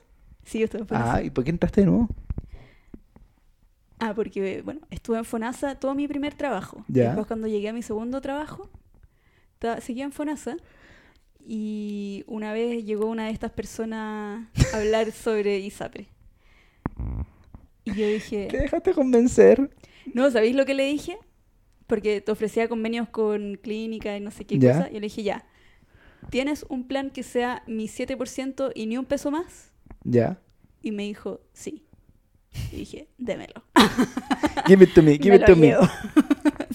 Speaker 3: Sí, yo estuve en Fonasa.
Speaker 4: Ah, ¿y por qué entraste de nuevo?
Speaker 3: Ah, porque, bueno, estuve en Fonasa todo mi primer trabajo.
Speaker 4: Ya.
Speaker 3: Después cuando llegué a mi segundo trabajo, ta- seguía en Fonasa. Y una vez llegó una de estas personas a hablar sobre ISAPRE. Y yo dije...
Speaker 4: Te dejaste convencer.
Speaker 3: No, ¿sabéis lo que le dije? Porque te ofrecía convenios con clínica y no sé qué
Speaker 4: Ya.
Speaker 3: cosa. Yo le dije, ya, ¿tienes un plan que sea mi 7% y ni un peso más?
Speaker 4: Ya.
Speaker 3: Y me dijo, sí. Y dije, démelo.
Speaker 4: Give it to me, give
Speaker 3: me
Speaker 4: it
Speaker 3: lo
Speaker 4: to me.
Speaker 3: llevo.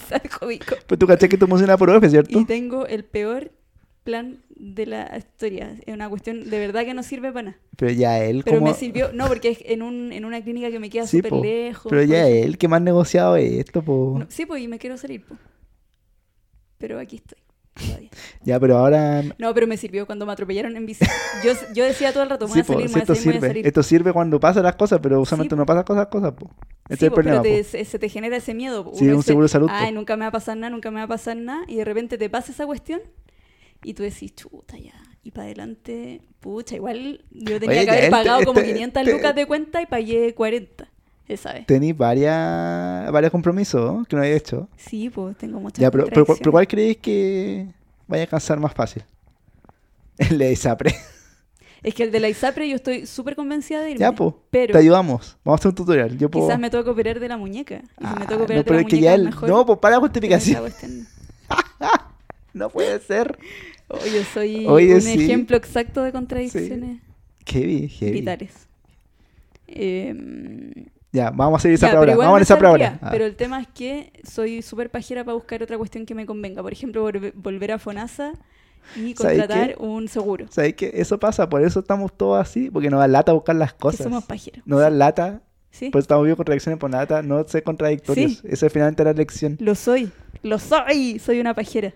Speaker 3: Saco bico.
Speaker 4: Pues tú caché que tú una por F, ¿cierto?
Speaker 3: Y tengo el peor plan de la historia. Es una cuestión de verdad que no sirve para nada.
Speaker 4: Pero ya él
Speaker 3: Pero
Speaker 4: como...
Speaker 3: me sirvió, no, porque es en, un, en una clínica que me queda
Speaker 4: Sí,
Speaker 3: súper
Speaker 4: po.
Speaker 3: lejos.
Speaker 4: Pero
Speaker 3: por
Speaker 4: ya
Speaker 3: eso-
Speaker 4: él que más negociado es esto, po.
Speaker 3: No, sí, pues, y me quiero salir, pues. Pero aquí estoy. Todavía.
Speaker 4: Ya, pero ahora...
Speaker 3: No, pero me sirvió cuando me atropellaron en bici. Yo, yo decía todo el rato, me voy a
Speaker 4: Sí, po,
Speaker 3: salir,
Speaker 4: sí,
Speaker 3: me voy a
Speaker 4: esto
Speaker 3: salir, me voy a
Speaker 4: sirve.
Speaker 3: salir.
Speaker 4: Esto sirve cuando pasan las cosas, pero usualmente
Speaker 3: po.
Speaker 4: no pasan cosas, cosas, po. Este
Speaker 3: Sí,
Speaker 4: es el
Speaker 3: po, pero
Speaker 4: problema,
Speaker 3: te-
Speaker 4: po.
Speaker 3: se, se te genera ese miedo. po.
Speaker 4: Sí,
Speaker 3: Uno
Speaker 4: un
Speaker 3: dice,
Speaker 4: seguro de salud, po.
Speaker 3: Ay, nunca me va a pasar nada, nunca me va a pasar nada. Y de repente te pasa esa cuestión y tú decís, chuta ya. Y para adelante, pucha, igual yo tenía
Speaker 4: Oye,
Speaker 3: que
Speaker 4: ya,
Speaker 3: haber
Speaker 4: este-
Speaker 3: pagado como
Speaker 4: este-
Speaker 3: 500
Speaker 4: este-
Speaker 3: lucas de cuenta y pagué 40. Esa vez.
Speaker 4: Tenís varias, varios compromisos ¿no? que no había hecho.
Speaker 3: Sí, pues tengo muchas
Speaker 4: Ya, pero, pero, cu- pero
Speaker 3: contradicciones.
Speaker 4: ¿cuál creéis que vaya a alcanzar más fácil? El de ISAPRE.
Speaker 3: Es que el de la ISAPRE yo estoy súper convencida de irme.
Speaker 4: ya, po.
Speaker 3: Pero
Speaker 4: Te ayudamos. Vamos a hacer un tutorial. Yo puedo.
Speaker 3: quizás me tengo que operar de la muñeca. Y si
Speaker 4: Ah,
Speaker 3: me tengo que
Speaker 4: no,
Speaker 3: operar de
Speaker 4: pero
Speaker 3: la
Speaker 4: es que
Speaker 3: muñeca,
Speaker 4: ya
Speaker 3: es
Speaker 4: el-
Speaker 3: mejor
Speaker 4: No, pues para la
Speaker 3: tener esa
Speaker 4: justificación.
Speaker 3: cuestión.
Speaker 4: No puede ser.
Speaker 3: Oh, yo soy
Speaker 4: Oye,
Speaker 3: un
Speaker 4: sí.
Speaker 3: ejemplo exacto de contradicciones
Speaker 4: Heavy, heavy.
Speaker 3: vitales. Em,
Speaker 4: Ya, vamos a hacer
Speaker 3: Ya,
Speaker 4: ISAPRE
Speaker 3: pero
Speaker 4: ahora.
Speaker 3: igual
Speaker 4: Vamos a
Speaker 3: me
Speaker 4: ISAPRE
Speaker 3: saldría,
Speaker 4: ahora. Ah,
Speaker 3: Pero el tema es que soy súper pajera para buscar otra cuestión que me convenga. Por ejemplo, volve- volver a FONASA y
Speaker 4: ¿Sabes qué?
Speaker 3: contratar un seguro.
Speaker 4: ¿Sabes qué? Eso pasa. Por eso estamos todos así. Porque nos da lata buscar las
Speaker 3: Que
Speaker 4: cosas.
Speaker 3: somos pajeros.
Speaker 4: Nos da pues lata.
Speaker 3: ¿sí?
Speaker 4: Por eso estamos viviendo contradicciones por lata. No ser contradictorios.
Speaker 3: Sí.
Speaker 4: Eso finalmente era la lección.
Speaker 3: Lo soy. Lo soy. Soy una pajera.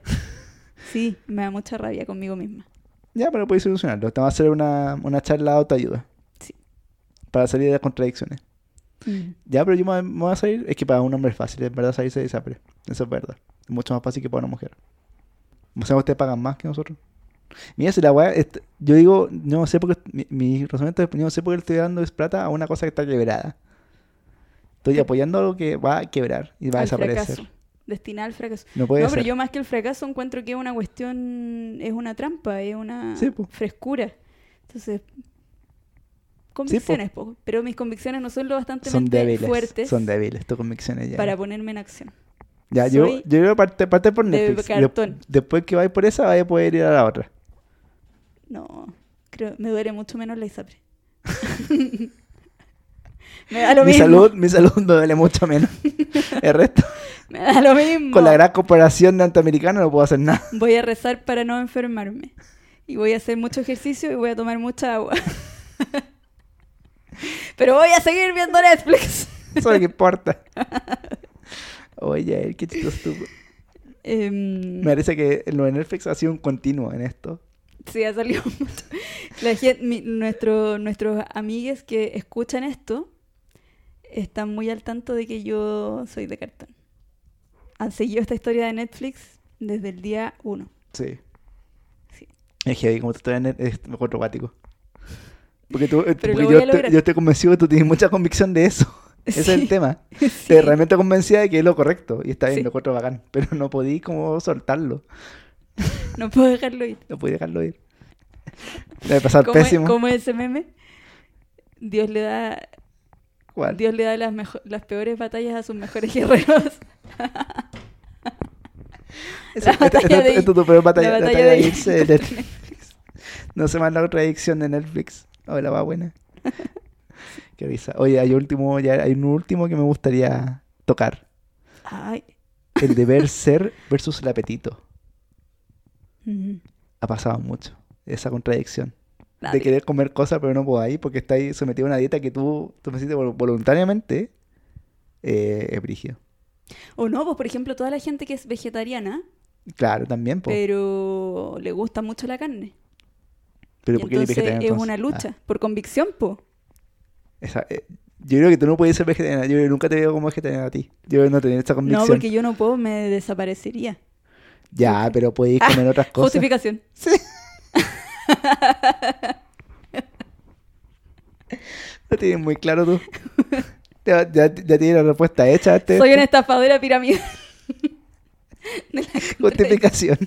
Speaker 3: Sí, me da mucha rabia conmigo misma.
Speaker 4: Ya, pero puedes solucionarlo. Te vamos a hacer una, una charla de autoayuda.
Speaker 3: Sí.
Speaker 4: Para salir de las contradicciones. Ya, pero yo me, me voy a salir. Es que para un hombre es fácil, en verdad, salirse de ISAPRE. Eso es verdad. Es mucho más fácil que para una mujer. O sea, ustedes pagan más que nosotros. Mira, si la weá. est- Yo digo, no sé por qué. Mi, mi razonamiento es: no sé por qué le estoy dando es plata a una cosa que está quebrada. Estoy apoyando algo que va a quebrar y va a
Speaker 3: Al
Speaker 4: desaparecer.
Speaker 3: fracaso. Destinada al fracaso.
Speaker 4: No puede
Speaker 3: no,
Speaker 4: ser.
Speaker 3: pero yo más que el fracaso encuentro que es una cuestión, es una trampa, es una
Speaker 4: Sí, po.
Speaker 3: frescura. Entonces, convicciones, po. pero mis convicciones no son lo bastante
Speaker 4: Son débiles.
Speaker 3: fuertes
Speaker 4: Son débiles tus convicciones ya.
Speaker 3: para ponerme en acción.
Speaker 4: Ya, yo,
Speaker 3: Soy
Speaker 4: yo creo que parte, parte por
Speaker 3: de
Speaker 4: Netflix. Dep-
Speaker 3: cartón.
Speaker 4: después que vais por esa, vais a poder ir a la otra.
Speaker 3: No, creo, me duele mucho menos la ISAPRE. me da lo
Speaker 4: mi
Speaker 3: mismo.
Speaker 4: salud, mi salud me duele mucho menos. El resto,
Speaker 3: Me da lo mismo.
Speaker 4: con la gran corporación norteamericana no puedo hacer nada.
Speaker 3: Voy a rezar para no enfermarme. Y voy a hacer mucho ejercicio y voy a tomar mucha agua. pero voy a seguir viendo Netflix.
Speaker 4: Eso es lo que importa. Oye, Yael, qué chistoso tú.
Speaker 3: Em,
Speaker 4: Me parece que lo de Netflix ha sido un continuo en esto.
Speaker 3: Sí, ha salido mucho. La gente, mi- nuestro- nuestros amigues que escuchan esto están muy al tanto de que yo soy de cartón. Han seguido esta historia de Netflix desde el día uno.
Speaker 4: Sí.
Speaker 3: Sí.
Speaker 4: Es heavy, como te estoy en el, es mejor robático. Porque, tú, eh,
Speaker 3: Pero lo voy
Speaker 4: porque yo,
Speaker 3: a
Speaker 4: estoy,
Speaker 3: lograr.
Speaker 4: yo estoy convencido que tú tienes mucha convicción de eso. Ese es el
Speaker 3: Sí,
Speaker 4: tema.
Speaker 3: sí.
Speaker 4: Estoy realmente convencida de que es lo correcto. Y está bien,
Speaker 3: Sí.
Speaker 4: lo encuentro bacán. Pero no podí como soltarlo.
Speaker 3: No puedo dejarlo ir.
Speaker 4: No podí dejarlo ir. Debe pasar
Speaker 3: Como,
Speaker 4: pésimo.
Speaker 3: como ese meme, Dios le da,
Speaker 4: ¿Cuál?
Speaker 3: Dios le da las, mejo- las peores batallas a sus mejores guerreros.
Speaker 4: Eso-
Speaker 3: la
Speaker 4: esto- esto-
Speaker 3: batalla de-
Speaker 4: esto este es tu peor batalla,
Speaker 3: la
Speaker 4: la
Speaker 3: batalla
Speaker 4: batalla de
Speaker 3: de-
Speaker 4: irse de Netflix. No sé más la otra adicción de Netflix. Oh, la va buena. Qué risa. Oye, hay, último, ya hay un último que me gustaría tocar.
Speaker 3: Ay.
Speaker 4: El deber ser versus el apetito.
Speaker 3: Mm.
Speaker 4: Ha pasado mucho. Esa contradicción.
Speaker 3: Nadie.
Speaker 4: de querer comer cosas pero no podáis porque estáis sometido a una dieta que tú tú me hiciste vol- voluntariamente eh, es brígido.
Speaker 3: O no, pues por ejemplo, toda la gente que es vegetariana,
Speaker 4: Claro, también,
Speaker 3: Eh,
Speaker 4: po.
Speaker 3: pero le gusta mucho la carne.
Speaker 4: pero
Speaker 3: Y
Speaker 4: ¿por qué eres
Speaker 3: entonces
Speaker 4: vegetariano?
Speaker 3: es
Speaker 4: entonces?
Speaker 3: una lucha,
Speaker 4: Ah,
Speaker 3: por convicción, po.
Speaker 4: esa- eh, yo creo que tú no puedes ser vegetariana. Yo nunca te veo como vegetariana a ti. Yo no tenía esa
Speaker 3: No,
Speaker 4: convicción.
Speaker 3: porque yo no puedo, me desaparecería.
Speaker 4: Ya, pero podéis
Speaker 3: Ah,
Speaker 4: comer otras cosas.
Speaker 3: Justificación.
Speaker 4: Lo tienes muy claro tú. ya, ya, ya tienes la respuesta hecha. Este,
Speaker 3: Soy una estafadora piramidal. De la contra-
Speaker 4: este, Justificación.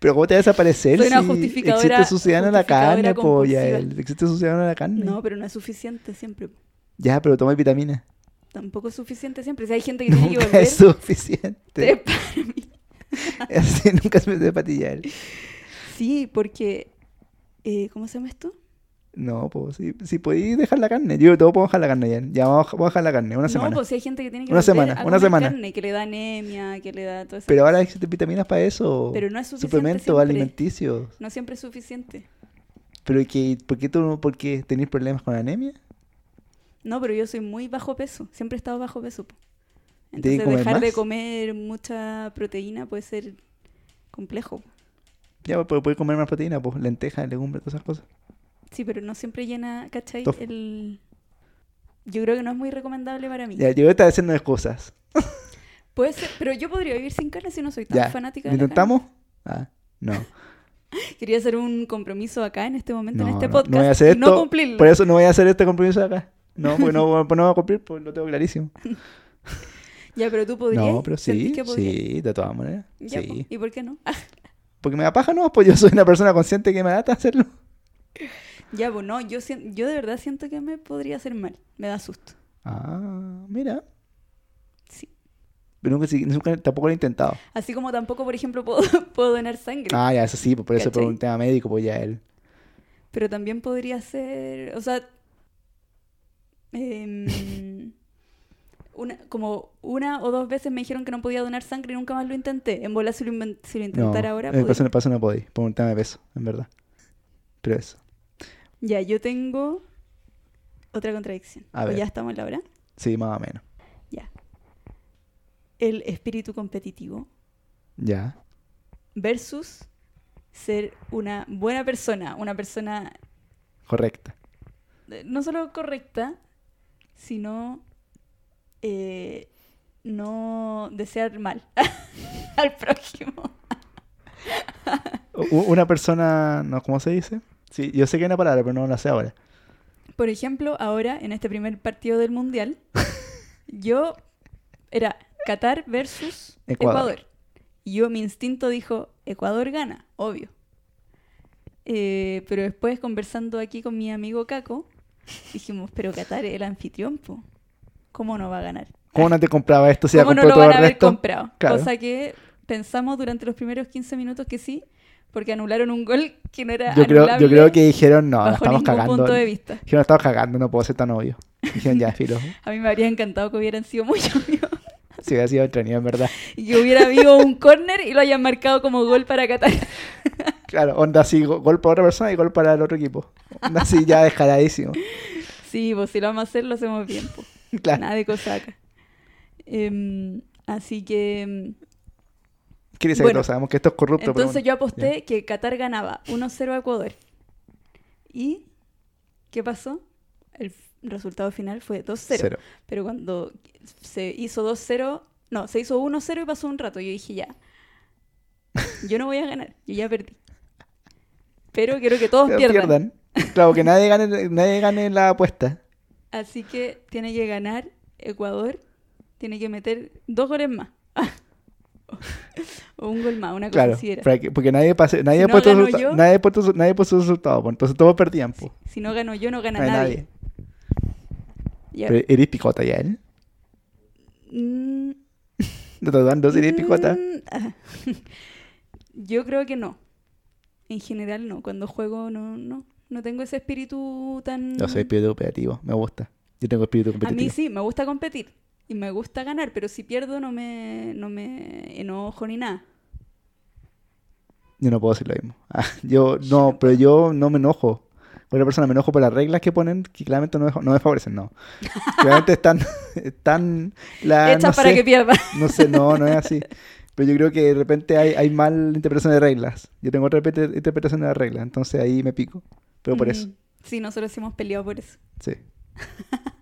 Speaker 4: Pero ¿cómo te vas a desaparecer
Speaker 3: Soy una
Speaker 4: si
Speaker 3: justificadora-
Speaker 4: existe suciedad en la carne,
Speaker 3: justificadora
Speaker 4: po, ya,
Speaker 3: compulsiva.
Speaker 4: el- Existe suciedad en la carne.
Speaker 3: No, pero no es suficiente siempre. po.
Speaker 4: Ya, pero tomáis vitaminas.
Speaker 3: Tampoco es suficiente siempre. Si hay gente que tiene que
Speaker 4: Nunca
Speaker 3: volver,
Speaker 4: es suficiente.
Speaker 3: te- para mí.
Speaker 4: Así nunca se me debe patillar.
Speaker 3: Sí, porque... eh, ¿Cómo se llama esto?
Speaker 4: No, pues si, si podéis dejar la carne. Yo todo puedo dejar la carne ya. Ya vamos, a- vamos a dejar la carne, una semana.
Speaker 3: No, pues si hay gente que tiene que
Speaker 4: Una
Speaker 3: volver
Speaker 4: semana,
Speaker 3: a
Speaker 4: una
Speaker 3: comer
Speaker 4: semana.
Speaker 3: carne, que le da anemia, que le da todo eso.
Speaker 4: Pero ahora existen vitaminas para eso.
Speaker 3: Pero no es suficiente
Speaker 4: Suplementos
Speaker 3: siempre.
Speaker 4: alimenticios.
Speaker 3: No siempre es suficiente.
Speaker 4: Pero que, ¿por qué tú no- por qué tenéis problemas con la anemia?
Speaker 3: No, pero yo soy muy bajo peso. Siempre he estado bajo peso. po.
Speaker 4: que
Speaker 3: Entonces,
Speaker 4: comer
Speaker 3: dejar de
Speaker 4: más?
Speaker 3: comer mucha proteína puede ser complejo. po.
Speaker 4: Ya, pero podéis comer más proteína, pues lentejas, legumbres, todas esas cosas.
Speaker 3: Sí, pero no siempre llena, ¿cachai?
Speaker 4: Tofu.
Speaker 3: El... Yo creo que no es muy recomendable para mí.
Speaker 4: Ya, yo estaba haciendo excusas.
Speaker 3: Puede ser, pero yo podría vivir sin carne si no soy tan
Speaker 4: Ya.
Speaker 3: fanática
Speaker 4: ¿Lo
Speaker 3: de la
Speaker 4: intentamos? Ah, no.
Speaker 3: carne. Quería hacer un compromiso acá en este momento,
Speaker 4: No,
Speaker 3: en este
Speaker 4: no,
Speaker 3: podcast,
Speaker 4: no voy a hacer
Speaker 3: y no
Speaker 4: esto,
Speaker 3: cumplirlo.
Speaker 4: Por eso no voy a hacer este compromiso de acá. No, porque no, no voy a cumplir, pues lo tengo clarísimo.
Speaker 3: Ya, pero tú podrías.
Speaker 4: No, pero
Speaker 3: ¿Sentís
Speaker 4: sí,
Speaker 3: que podrías?
Speaker 4: sí, de todas maneras.
Speaker 3: Ya, pues. po.
Speaker 4: sí.
Speaker 3: ¿Y por qué no?
Speaker 4: Porque me da paja, no, pues yo soy una persona consciente que me da hacerlo.
Speaker 3: Ya, pues no, yo, sien- yo de verdad siento que me podría hacer mal. Me da susto.
Speaker 4: Ah, mira.
Speaker 3: Sí.
Speaker 4: Pero nunca, sí, nunca- tampoco lo he intentado.
Speaker 3: Así como tampoco, por ejemplo, puedo, puedo donar sangre.
Speaker 4: Ah, ya, eso sí, pues por eso por
Speaker 3: ¿Cachai?
Speaker 4: un tema médico, pues ya él.
Speaker 3: Pero también podría ser, o sea, em, una, como una o dos veces me dijeron que no podía donar sangre y nunca más lo intenté. En bola si lo, inven- si lo
Speaker 4: No,
Speaker 3: intentara ahora,
Speaker 4: el paso
Speaker 3: podría.
Speaker 4: no paso no podí, por un tema de peso, en verdad. Pero eso,
Speaker 3: Ya, yo tengo otra contradicción.
Speaker 4: A
Speaker 3: ¿O
Speaker 4: ver.
Speaker 3: ya estamos en la hora.
Speaker 4: sí, más o menos.
Speaker 3: El espíritu competitivo
Speaker 4: Ya.
Speaker 3: versus ser una buena persona, una persona
Speaker 4: Correcta.
Speaker 3: eh, no solo correcta, sino eh, no desear mal al prójimo.
Speaker 4: U- Una persona, no, ¿cómo se dice? Sí, yo sé que hay una palabra, pero no la sé ahora.
Speaker 3: Por ejemplo, ahora, en este primer partido del Mundial, yo era Qatar versus
Speaker 4: Ecuador.
Speaker 3: Ecuador. Y yo, mi instinto dijo, Ecuador gana, obvio. Eh, pero después, conversando aquí con mi amigo Caco, dijimos, pero Qatar es el anfitrión, po. ¿cómo no va a ganar?
Speaker 4: ¿Cómo no te compraba esto si la
Speaker 3: ¿Cómo no lo
Speaker 4: compró todo
Speaker 3: van
Speaker 4: el
Speaker 3: a haber
Speaker 4: resto?
Speaker 3: comprado?
Speaker 4: Claro.
Speaker 3: Cosa que pensamos durante los primeros 15 minutos que sí, porque anularon un gol que no era
Speaker 4: Yo creo,
Speaker 3: anulable
Speaker 4: yo creo que dijeron, no, la
Speaker 3: bajo
Speaker 4: estamos
Speaker 3: ningún
Speaker 4: cagando.
Speaker 3: punto de vista.
Speaker 4: Dijeron, estamos cagando, no puedo ser tan obvio. Dijeron, ya, filo.
Speaker 3: A mí me habría encantado que hubieran sido muy obvios
Speaker 4: Si hubiera sido entrenado, en verdad.
Speaker 3: y que hubiera habido un córner y lo hayan marcado como gol para Qatar.
Speaker 4: Claro, onda así, go- gol para otra persona y gol para el otro equipo. Onda así, ya descaradísimo.
Speaker 3: Sí, pues si lo vamos a hacer, lo hacemos bien. po.
Speaker 4: Claro.
Speaker 3: Nada de cosa acá. Em, así que. em,
Speaker 4: Quiere decir que
Speaker 3: Bueno,
Speaker 4: todos sabemos que esto es corrupto, pero
Speaker 3: Entonces yo
Speaker 4: bueno.
Speaker 3: aposté que Qatar ganaba 1-0 a Ecuador. ¿Y qué pasó? El f- resultado final fue 2-0.
Speaker 4: Cero.
Speaker 3: Pero cuando se hizo 2-0, no, se hizo 1-0 y pasó un rato. Yo dije, ya, yo no voy a ganar, yo ya perdí. Pero quiero que todos
Speaker 4: Pero
Speaker 3: pierdan.
Speaker 4: pierdan. Claro, que nadie gane, nadie gane la apuesta.
Speaker 3: Así que tiene que ganar Ecuador, tiene que meter dos goles más. o un gol más, una cosa
Speaker 4: Claro,
Speaker 3: así era.
Speaker 4: para que- porque nadie, pase, nadie,
Speaker 3: Si
Speaker 4: ha
Speaker 3: no
Speaker 4: puesto
Speaker 3: gano
Speaker 4: resulta-
Speaker 3: yo-
Speaker 4: nadie, ha puesto su- nadie puso su resultado, pues, entonces todos perdían. Pues.
Speaker 3: Si no gano yo, no gana
Speaker 4: No hay
Speaker 3: nadie. Ya.
Speaker 4: Pero eres picota ya, ¿eh?
Speaker 3: Mm,
Speaker 4: No te dan dos, eres picota.
Speaker 3: Mm, ah. Yo creo que no. En general no. Cuando juego no, no, no tengo ese espíritu tan...
Speaker 4: Yo soy espíritu competitivo, me gusta. Yo tengo espíritu
Speaker 3: A mí
Speaker 4: competitivo.
Speaker 3: sí, me gusta competir y me gusta ganar, pero si pierdo no me, no me enojo ni nada.
Speaker 4: Yo no puedo decir lo mismo. Ah, yo no, pero yo no me enojo. Con la persona me enojo por las reglas que ponen, que claramente no me, no me favorecen, no. Claramente están, están la,
Speaker 3: Hechas
Speaker 4: Ah, no
Speaker 3: para
Speaker 4: sé,
Speaker 3: que pierda.
Speaker 4: No sé, no, no es así. Pero yo creo que de repente hay, hay mal interpretación de reglas. Yo tengo otra repete- interpretación de las reglas, entonces ahí me pico. Pero por eso,
Speaker 3: Mm, Sí, nosotros hemos peleado por eso.
Speaker 4: sí.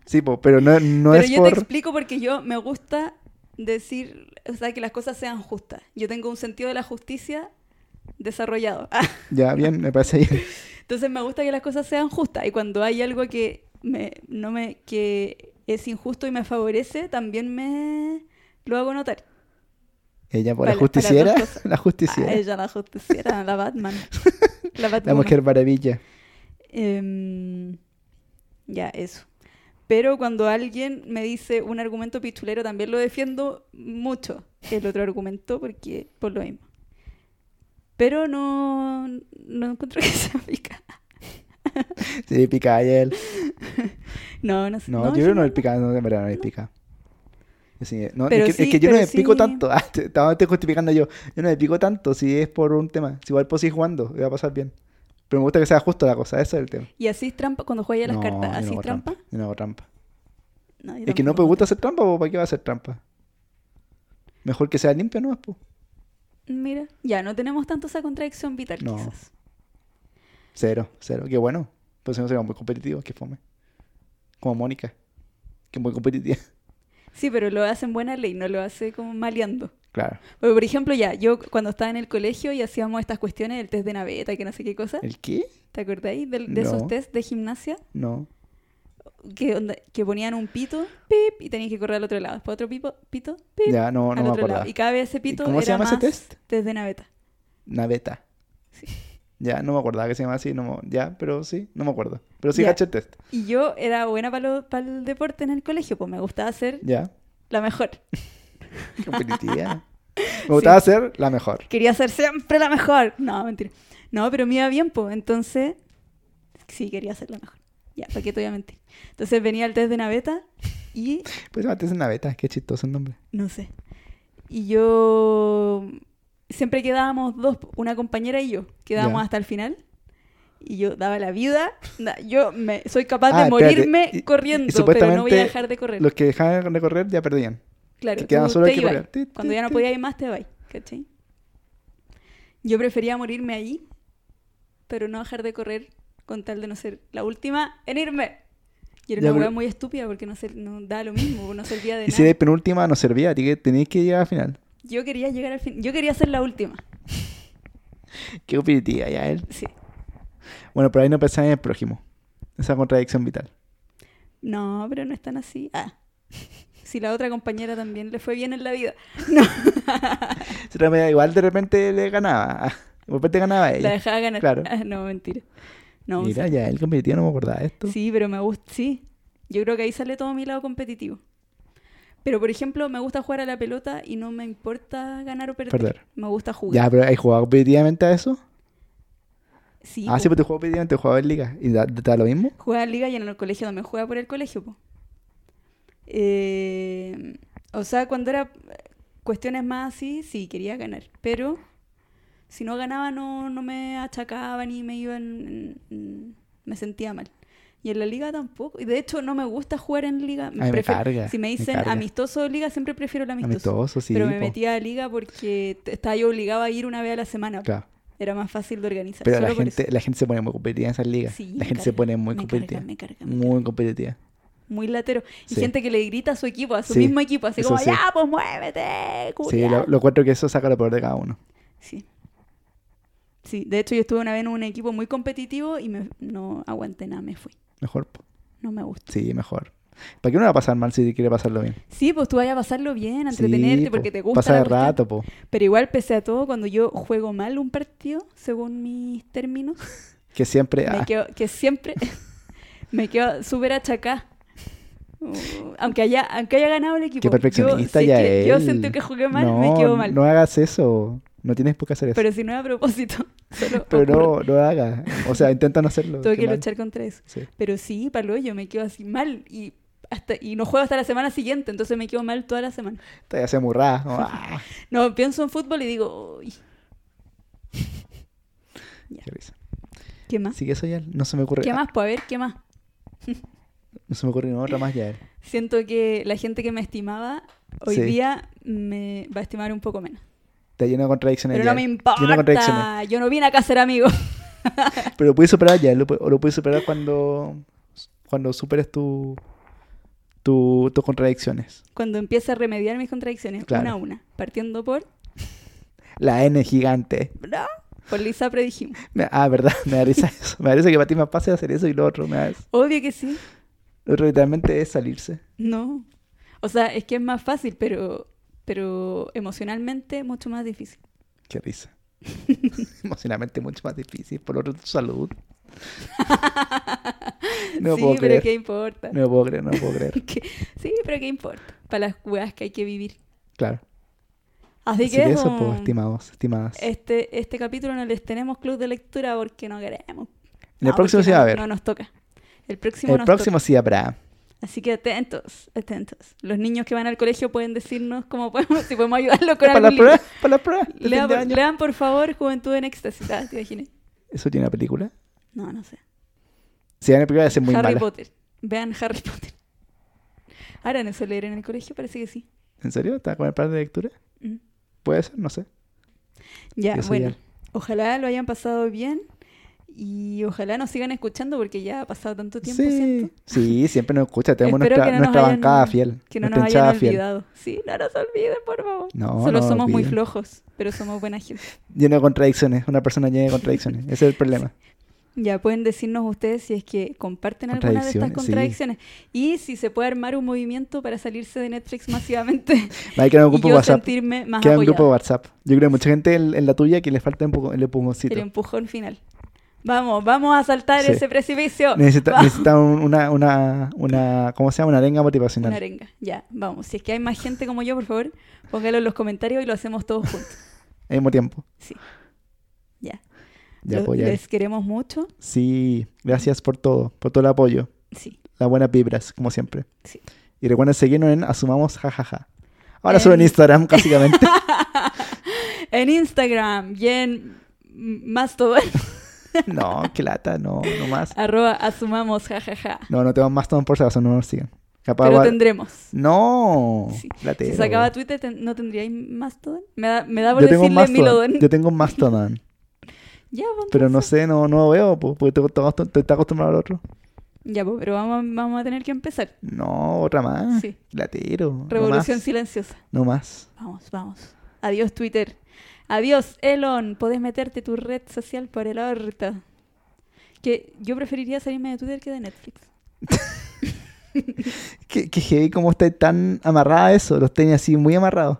Speaker 4: Sí, po, pero no, no
Speaker 3: pero
Speaker 4: es
Speaker 3: yo
Speaker 4: por...
Speaker 3: te explico porque yo me gusta decir, o sea, que las cosas sean justas. Yo tengo un sentido de la justicia desarrollado.
Speaker 4: Ya, bien, me parece bien.
Speaker 3: Entonces me gusta que las cosas sean justas y cuando hay algo que me, no me que es injusto y me favorece, también me lo hago notar.
Speaker 4: Ella, por
Speaker 3: Para-
Speaker 4: la
Speaker 3: para
Speaker 4: justiciera,
Speaker 3: dos cosas.
Speaker 4: la justiciera,
Speaker 3: Ah, ella la justiciera, la Batman. La Batman.
Speaker 4: la mujer maravilla.
Speaker 3: ya, eso. Pero cuando alguien me dice un argumento pichulero, también lo defiendo mucho el otro argumento porque por lo mismo. Pero no, no encuentro que sea pica.
Speaker 4: Sí, pica y él.
Speaker 3: No, no sé.
Speaker 4: No,
Speaker 3: no, yo
Speaker 4: yo creo que no
Speaker 3: no-
Speaker 4: es pica, no, en verdad no es pica. Sí, no,
Speaker 3: Pero
Speaker 4: es, que, es
Speaker 3: sí,
Speaker 4: que yo no
Speaker 3: pero
Speaker 4: me pico
Speaker 3: sí.
Speaker 4: tanto. Ah, te, estaba- te justificando yo. Yo no me pico tanto si es por un tema. Si igual puedo seguir jugando, me va a pasar bien. Pero me gusta que sea justo la cosa, eso es el tema.
Speaker 3: Y así es trampa cuando juegas a las
Speaker 4: No, yo
Speaker 3: cartas.
Speaker 4: no
Speaker 3: Así
Speaker 4: hago
Speaker 3: es trampa.
Speaker 4: Yo no hago trampa.
Speaker 3: No, yo
Speaker 4: Es que no me
Speaker 3: tampoco.
Speaker 4: gusta hacer trampa, po, ¿para qué va a hacer trampa? Mejor que sea limpio, ¿no? Po.
Speaker 3: Mira, ya no tenemos tanto esa contradicción vital,
Speaker 4: pues, No.
Speaker 3: quizás.
Speaker 4: Cero, cero. Qué bueno. Pues si no sería muy competitivo, qué fome. Como Mónica, que es muy competitiva.
Speaker 3: Sí, pero lo hace en buena ley, no lo hace como maleando.
Speaker 4: Claro.
Speaker 3: Porque, por ejemplo, ya, yo cuando estaba en el colegio y hacíamos estas cuestiones del test de naveta, que no sé qué cosa,
Speaker 4: ¿El qué?
Speaker 3: ¿te acordáis? Del- De, esos
Speaker 4: No.
Speaker 3: test de gimnasia
Speaker 4: No.
Speaker 3: que, onda- que ponían un pito, pip, y tenías que correr al otro lado. Después otro pipo, pito, pip,
Speaker 4: Ya, no,
Speaker 3: al
Speaker 4: no me
Speaker 3: otro lado.
Speaker 4: acordaba.
Speaker 3: Y cada vez ese pito
Speaker 4: ¿Cómo
Speaker 3: era
Speaker 4: se llama
Speaker 3: más
Speaker 4: ese test?
Speaker 3: test de naveta.
Speaker 4: Naveta.
Speaker 3: Sí.
Speaker 4: Ya, no me acordaba que se llamaba así, no me- ya, pero sí, no me acuerdo. Pero sí
Speaker 3: Ya.
Speaker 4: caché el test.
Speaker 3: Y yo era buena para el deporte en el colegio, pues me gustaba ser
Speaker 4: Ya.
Speaker 3: la mejor.
Speaker 4: Qué competitiva. me gustaba ser la mejor.
Speaker 3: Quería ser siempre la mejor. No, mentira. No, pero me iba bien, pues. Entonces, sí, quería ser la mejor. Ya, ¿para qué te voy a mentir? Entonces venía el test de naveta y
Speaker 4: Pues se llama test de Naveta, qué chistoso el nombre.
Speaker 3: no sé. Y yo. Siempre quedábamos dos, una compañera y yo. Quedábamos
Speaker 4: Ya.
Speaker 3: hasta el final. Y yo daba la vida. Na- Yo me, soy capaz de
Speaker 4: Ah, espérate.
Speaker 3: morirme
Speaker 4: Y- y
Speaker 3: corriendo, pero no voy
Speaker 4: supuestamente
Speaker 3: a dejar de correr.
Speaker 4: Los que dejaban de correr ya perdían.
Speaker 3: Claro,
Speaker 4: Que quedaban
Speaker 3: tú
Speaker 4: solo
Speaker 3: te
Speaker 4: que
Speaker 3: ibas.
Speaker 4: correr. Ti, ti,
Speaker 3: Cuando ya no
Speaker 4: ti.
Speaker 3: podía ir más, te vais, ¿cachai? Yo prefería morirme allí, pero no dejar de correr con tal de no ser la última en irme. Y era
Speaker 4: Ya,
Speaker 3: una
Speaker 4: pero-
Speaker 3: hueá muy estúpida porque no, se, no da lo mismo, no servía de
Speaker 4: Y si
Speaker 3: nada.
Speaker 4: eres penúltima no servía, así que tenías que llegar al final.
Speaker 3: Yo quería llegar al fin, yo quería ser la última.
Speaker 4: Qué competitiva ya él.
Speaker 3: Sí.
Speaker 4: Bueno, pero ahí no pensaba en el prójimo. Esa contradicción vital.
Speaker 3: No, pero no es tan así. Ah. Si la otra compañera también le fue bien en la vida. No,
Speaker 4: Se la media igual de repente le ganaba. De repente ganaba
Speaker 3: la
Speaker 4: ella.
Speaker 3: dejaba ganar.
Speaker 4: Claro.
Speaker 3: Ah, no, mentira. No, o
Speaker 4: Mira,
Speaker 3: sea,
Speaker 4: ya él competitivo no me acordaba de esto.
Speaker 3: Sí, pero me gusta, sí. Yo creo que ahí sale todo mi lado competitivo. Pero, por ejemplo, me gusta jugar a la pelota y no me importa ganar o perder.
Speaker 4: Perder.
Speaker 3: Me gusta jugar.
Speaker 4: Ya, pero ¿hay jugado competitivamente a eso?
Speaker 3: Sí,
Speaker 4: ah,
Speaker 3: po.
Speaker 4: sí, pues te jugaba competitivamente, jugaba en liga. ¿Y da- te da lo mismo?
Speaker 3: Juega en liga y en el colegio también juega por el colegio, po. Eh, o sea, cuando era eh, cuestiones más así, sí, quería ganar. Pero si no ganaba, no, no me achacaba ni me iba en- en- en- me sentía mal. Y en la liga tampoco. Y de hecho, no me gusta jugar en liga.
Speaker 4: me carga,
Speaker 3: si me
Speaker 4: me
Speaker 3: dicen
Speaker 4: carga.
Speaker 3: amistoso o liga, siempre prefiero el amistoso.
Speaker 4: Amistoso, sí.
Speaker 3: pero me
Speaker 4: po.
Speaker 3: metía a liga porque t- estaba yo obligada a ir una vez a la semana. po.
Speaker 4: Claro.
Speaker 3: Era más fácil de organizar.
Speaker 4: Pero
Speaker 3: solo
Speaker 4: la
Speaker 3: por
Speaker 4: gente,
Speaker 3: eso.
Speaker 4: la gente se pone muy competitiva en esas ligas.
Speaker 3: Sí,
Speaker 4: la
Speaker 3: me
Speaker 4: gente se
Speaker 3: carga,
Speaker 4: pone muy Mm.
Speaker 3: me carga,
Speaker 4: competitiva.
Speaker 3: me carga, me
Speaker 4: Muy competitiva.
Speaker 3: muy latero. Y
Speaker 4: Sí.
Speaker 3: gente que le grita a su equipo, a su
Speaker 4: Sí,
Speaker 3: mismo equipo, así
Speaker 4: eso
Speaker 3: como,
Speaker 4: sí.
Speaker 3: ya, pues muévete,
Speaker 4: Sí, lo,
Speaker 3: culiao".
Speaker 4: lo cuatro que eso saca lo peor de cada uno.
Speaker 3: Sí. Sí, de hecho yo estuve una vez en un equipo muy competitivo y me- no aguanté nada, me fui.
Speaker 4: Mejor, po.
Speaker 3: No me gusta.
Speaker 4: sí, mejor. ¿Para qué uno va a pasar mal si quiere pasarlo bien?
Speaker 3: Sí, pues tú vayas a pasarlo bien, a
Speaker 4: Sí,
Speaker 3: entretenerte,
Speaker 4: po.
Speaker 3: porque te gusta.
Speaker 4: Pasa
Speaker 3: la
Speaker 4: de
Speaker 3: cuestión.
Speaker 4: rato, po.
Speaker 3: Pero igual, pese a todo, cuando yo juego mal un partido, según mis términos,
Speaker 4: Que siempre.
Speaker 3: me
Speaker 4: ah,
Speaker 3: quedo, que siempre me quedo súper achacá. Uh, aunque haya, aunque haya ganado el equipo.
Speaker 4: Qué
Speaker 3: yo-
Speaker 4: perfeccionista
Speaker 3: si es
Speaker 4: ya
Speaker 3: que Yo
Speaker 4: él.
Speaker 3: siento que jugué mal,
Speaker 4: no,
Speaker 3: me quedo mal.
Speaker 4: No hagas eso. No tienes por qué hacer eso. Pero,
Speaker 3: Pero si no es a propósito, solo ocurre.
Speaker 4: no, no hagas. O sea, intenta no hacerlo.
Speaker 3: tuve
Speaker 4: qué
Speaker 3: que
Speaker 4: mal.
Speaker 3: luchar contra eso.
Speaker 4: Sí.
Speaker 3: Pero sí, palo, yo me quedo así mal y hasta y no juego hasta la semana siguiente, entonces me quedo mal toda la semana.
Speaker 4: Te hace murrar. como, ah,
Speaker 3: No, pienso en fútbol y digo, "Uy,
Speaker 4: qué risa.
Speaker 3: ¿qué más?
Speaker 4: Sí, eso ya no se me ocurre.
Speaker 3: ¿Qué
Speaker 4: ah,
Speaker 3: más? Pues a ver, ¿qué más?
Speaker 4: No se me ocurre ninguna otra más ya. él.
Speaker 3: Siento que la gente que me estimaba hoy
Speaker 4: Sí.
Speaker 3: día me va a estimar un poco menos.
Speaker 4: Está lleno de contradicciones.
Speaker 3: Pero no
Speaker 4: ya
Speaker 3: me
Speaker 4: él. Lleno de contradicciones.
Speaker 3: importa. Yo no vine acá a ser amigo.
Speaker 4: Pero lo puedes superar ya, lo, pu- o lo puedes superar cuando, cuando superes tu, tu- tus contradicciones.
Speaker 3: Cuando empiece a remediar mis contradicciones
Speaker 4: Claro.
Speaker 3: una a una, partiendo por
Speaker 4: La N gigante.
Speaker 3: ¿no? por Lisa predijimos.
Speaker 4: Me- ah, verdad, me da risa eso. Me da risa que para ti más pase hacer eso y lo otro. Me da,
Speaker 3: Obvio que sí.
Speaker 4: lo otro literalmente es salirse.
Speaker 3: No. O sea, es que es más fácil, pero, pero emocionalmente mucho más difícil.
Speaker 4: Qué risa. Emocionalmente mucho más difícil. Por lo otro, tu salud. No lo
Speaker 3: sí,
Speaker 4: puedo
Speaker 3: pero
Speaker 4: creer.
Speaker 3: ¿qué importa?
Speaker 4: No lo puedo creer, no lo puedo creer.
Speaker 3: Que- sí, pero ¿qué importa? Para las weas que hay que vivir.
Speaker 4: Claro.
Speaker 3: Así,
Speaker 4: Así
Speaker 3: que,
Speaker 4: que eso,
Speaker 3: um,
Speaker 4: pues, estimados, estimadas.
Speaker 3: este, este capítulo no les tenemos club de lectura porque no queremos.
Speaker 4: En el
Speaker 3: No,
Speaker 4: próximo
Speaker 3: porque
Speaker 4: sí va
Speaker 3: ah,
Speaker 4: a
Speaker 3: no-
Speaker 4: haber.
Speaker 3: No nos toca. El próximo
Speaker 4: El
Speaker 3: nos
Speaker 4: próximo sí habrá.
Speaker 3: toca. Así que atentos, atentos. Los niños que van al colegio pueden decirnos cómo podemos, si podemos ayudarlos con
Speaker 4: Para la
Speaker 3: algún libro.
Speaker 4: prueba, para la prueba. de fin
Speaker 3: Lean
Speaker 4: de
Speaker 3: por,
Speaker 4: año.
Speaker 3: lean, por favor, Juventud en Éxtasis. Ah, ¿Te imaginas?
Speaker 4: ¿Eso tiene una película?
Speaker 3: No, no sé.
Speaker 4: Si van a película, va a ser muy
Speaker 3: Harry
Speaker 4: mala.
Speaker 3: Potter. Vean Harry Potter. Ahora no se leer en el colegio, parece que sí.
Speaker 4: ¿En serio? ¿Está con el plan de lectura?
Speaker 3: Mm.
Speaker 4: Puede ser, no sé.
Speaker 3: Ya,
Speaker 4: Eso
Speaker 3: bueno.
Speaker 4: ya.
Speaker 3: Ojalá lo hayan pasado bien y ojalá nos sigan escuchando porque ya ha pasado tanto tiempo,
Speaker 4: Sí,
Speaker 3: siento.
Speaker 4: sí, siempre nos escucha. Tenemos
Speaker 3: Espero
Speaker 4: nuestra,
Speaker 3: que no nos
Speaker 4: nuestra
Speaker 3: hayan-
Speaker 4: bancada fiel.
Speaker 3: Que no
Speaker 4: nuestra
Speaker 3: nos hayan
Speaker 4: hinchada fiel.
Speaker 3: olvidado. Sí, no nos olviden, por favor.
Speaker 4: No,
Speaker 3: Solo
Speaker 4: no nos
Speaker 3: somos muy
Speaker 4: olviden.
Speaker 3: flojos, pero somos buena gente.
Speaker 4: Lleno de contradicciones. Una persona llena de contradicciones. Ese es el problema.
Speaker 3: Ya pueden decirnos ustedes si es que comparten alguna de estas
Speaker 4: Contradicciones,
Speaker 3: contradicciones y si se puede armar un movimiento para salirse de Netflix masivamente
Speaker 4: Hay que crear un
Speaker 3: y
Speaker 4: grupo
Speaker 3: yo
Speaker 4: de WhatsApp.
Speaker 3: sentirme más
Speaker 4: Queda un grupo de
Speaker 3: apoyada.
Speaker 4: WhatsApp. Yo creo que mucha gente en, en la tuya que le falta un poco el empujoncito.
Speaker 3: El empujón final. Vamos, vamos a saltar
Speaker 4: Sí.
Speaker 3: ese precipicio.
Speaker 4: Necesita,
Speaker 3: Vamos.
Speaker 4: necesita un- una, una, una, ¿cómo se llama? Una arenga motivacional.
Speaker 3: Una arenga. Ya, vamos. Si es que hay más gente como yo, por favor, póngalo en los comentarios y lo hacemos todos juntos.
Speaker 4: Al mismo tiempo.
Speaker 3: Sí. Ya.
Speaker 4: De
Speaker 3: Lo-
Speaker 4: apoyar.
Speaker 3: les queremos mucho.
Speaker 4: Sí, gracias por todo, por todo el apoyo.
Speaker 3: Sí.
Speaker 4: Las buenas vibras, como siempre.
Speaker 3: Sí.
Speaker 4: Y recuerden seguirnos en Asumamos Jajaja. Ahora
Speaker 3: En-
Speaker 4: solo en Instagram, básicamente.
Speaker 3: En Instagram y en Mastodon,
Speaker 4: no, qué lata, no, no más.
Speaker 3: arroba asumamos, jajaja.
Speaker 4: No, no tengo más todo por si acaso, no nos sigan. Capaz
Speaker 3: Pero
Speaker 4: va-
Speaker 3: tendremos.
Speaker 4: No,
Speaker 3: Sí.
Speaker 4: latero.
Speaker 3: Si sacaba Twitter, ten- ¿no tendríais Mastodon? Me da, me da por
Speaker 4: Yo tengo un
Speaker 3: decirle
Speaker 4: Mastodon.
Speaker 3: Milodon.
Speaker 4: Yo tengo un Mastodon.
Speaker 3: Ya, vos,
Speaker 4: pero no
Speaker 3: entonces.
Speaker 4: sé, no, no veo, po, porque te, te, te- te acostumbrado al otro.
Speaker 3: Ya, pues, pero vamos, a- vamos a tener que empezar.
Speaker 4: No, otra más.
Speaker 3: Sí.
Speaker 4: Latero.
Speaker 3: Revolución
Speaker 4: no Ah, más.
Speaker 3: silenciosa.
Speaker 4: No más.
Speaker 3: Vamos, vamos. Adiós, Twitter. Adiós, Elon. Podés meterte tu red social por el orto. Que yo preferiría salirme de Twitter que de Netflix.
Speaker 4: Que, que heavy como está tan amarrada a eso. Los tenía así muy amarrados.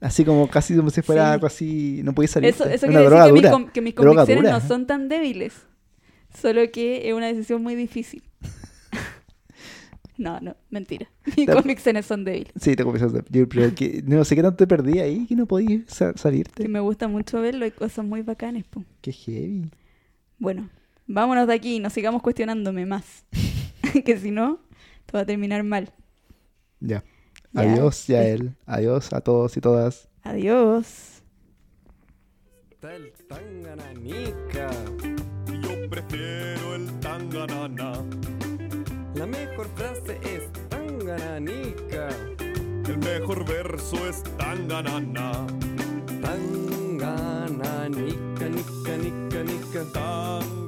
Speaker 4: Así como casi como si fuera
Speaker 3: Sí.
Speaker 4: algo así. No podía salir.
Speaker 3: Eso, eso quiere
Speaker 4: una
Speaker 3: decir
Speaker 4: droga
Speaker 3: que, mis
Speaker 4: dura.
Speaker 3: con- que mis
Speaker 4: Droga
Speaker 3: convicciones
Speaker 4: dura.
Speaker 3: no son tan débiles. Solo que es una decisión muy difícil. no, no, mentira. Mis
Speaker 4: Te-
Speaker 3: convicciones son débiles.
Speaker 4: Sí, te confieso. Yo, pero que, no sé qué tanto te perdí ahí. Que no podías sa-
Speaker 3: Que
Speaker 4: salirte.
Speaker 3: me gusta mucho verlo, hay cosas muy bacanes. po.
Speaker 4: Qué heavy.
Speaker 3: Bueno, vámonos de aquí y no sigamos cuestionándome más. que si no, todo va a terminar mal.
Speaker 4: Ya.
Speaker 3: Ya.
Speaker 4: Adiós, Yael. Adiós a todos y todas.
Speaker 3: Adiós.
Speaker 1: Está el Tangananica,
Speaker 2: Yo prefiero el tanganana.
Speaker 1: la mejor frase es Tangananica,
Speaker 2: El mejor verso es tanganana.
Speaker 1: Tangananica, nica, nica, nica.
Speaker 2: Tanganana.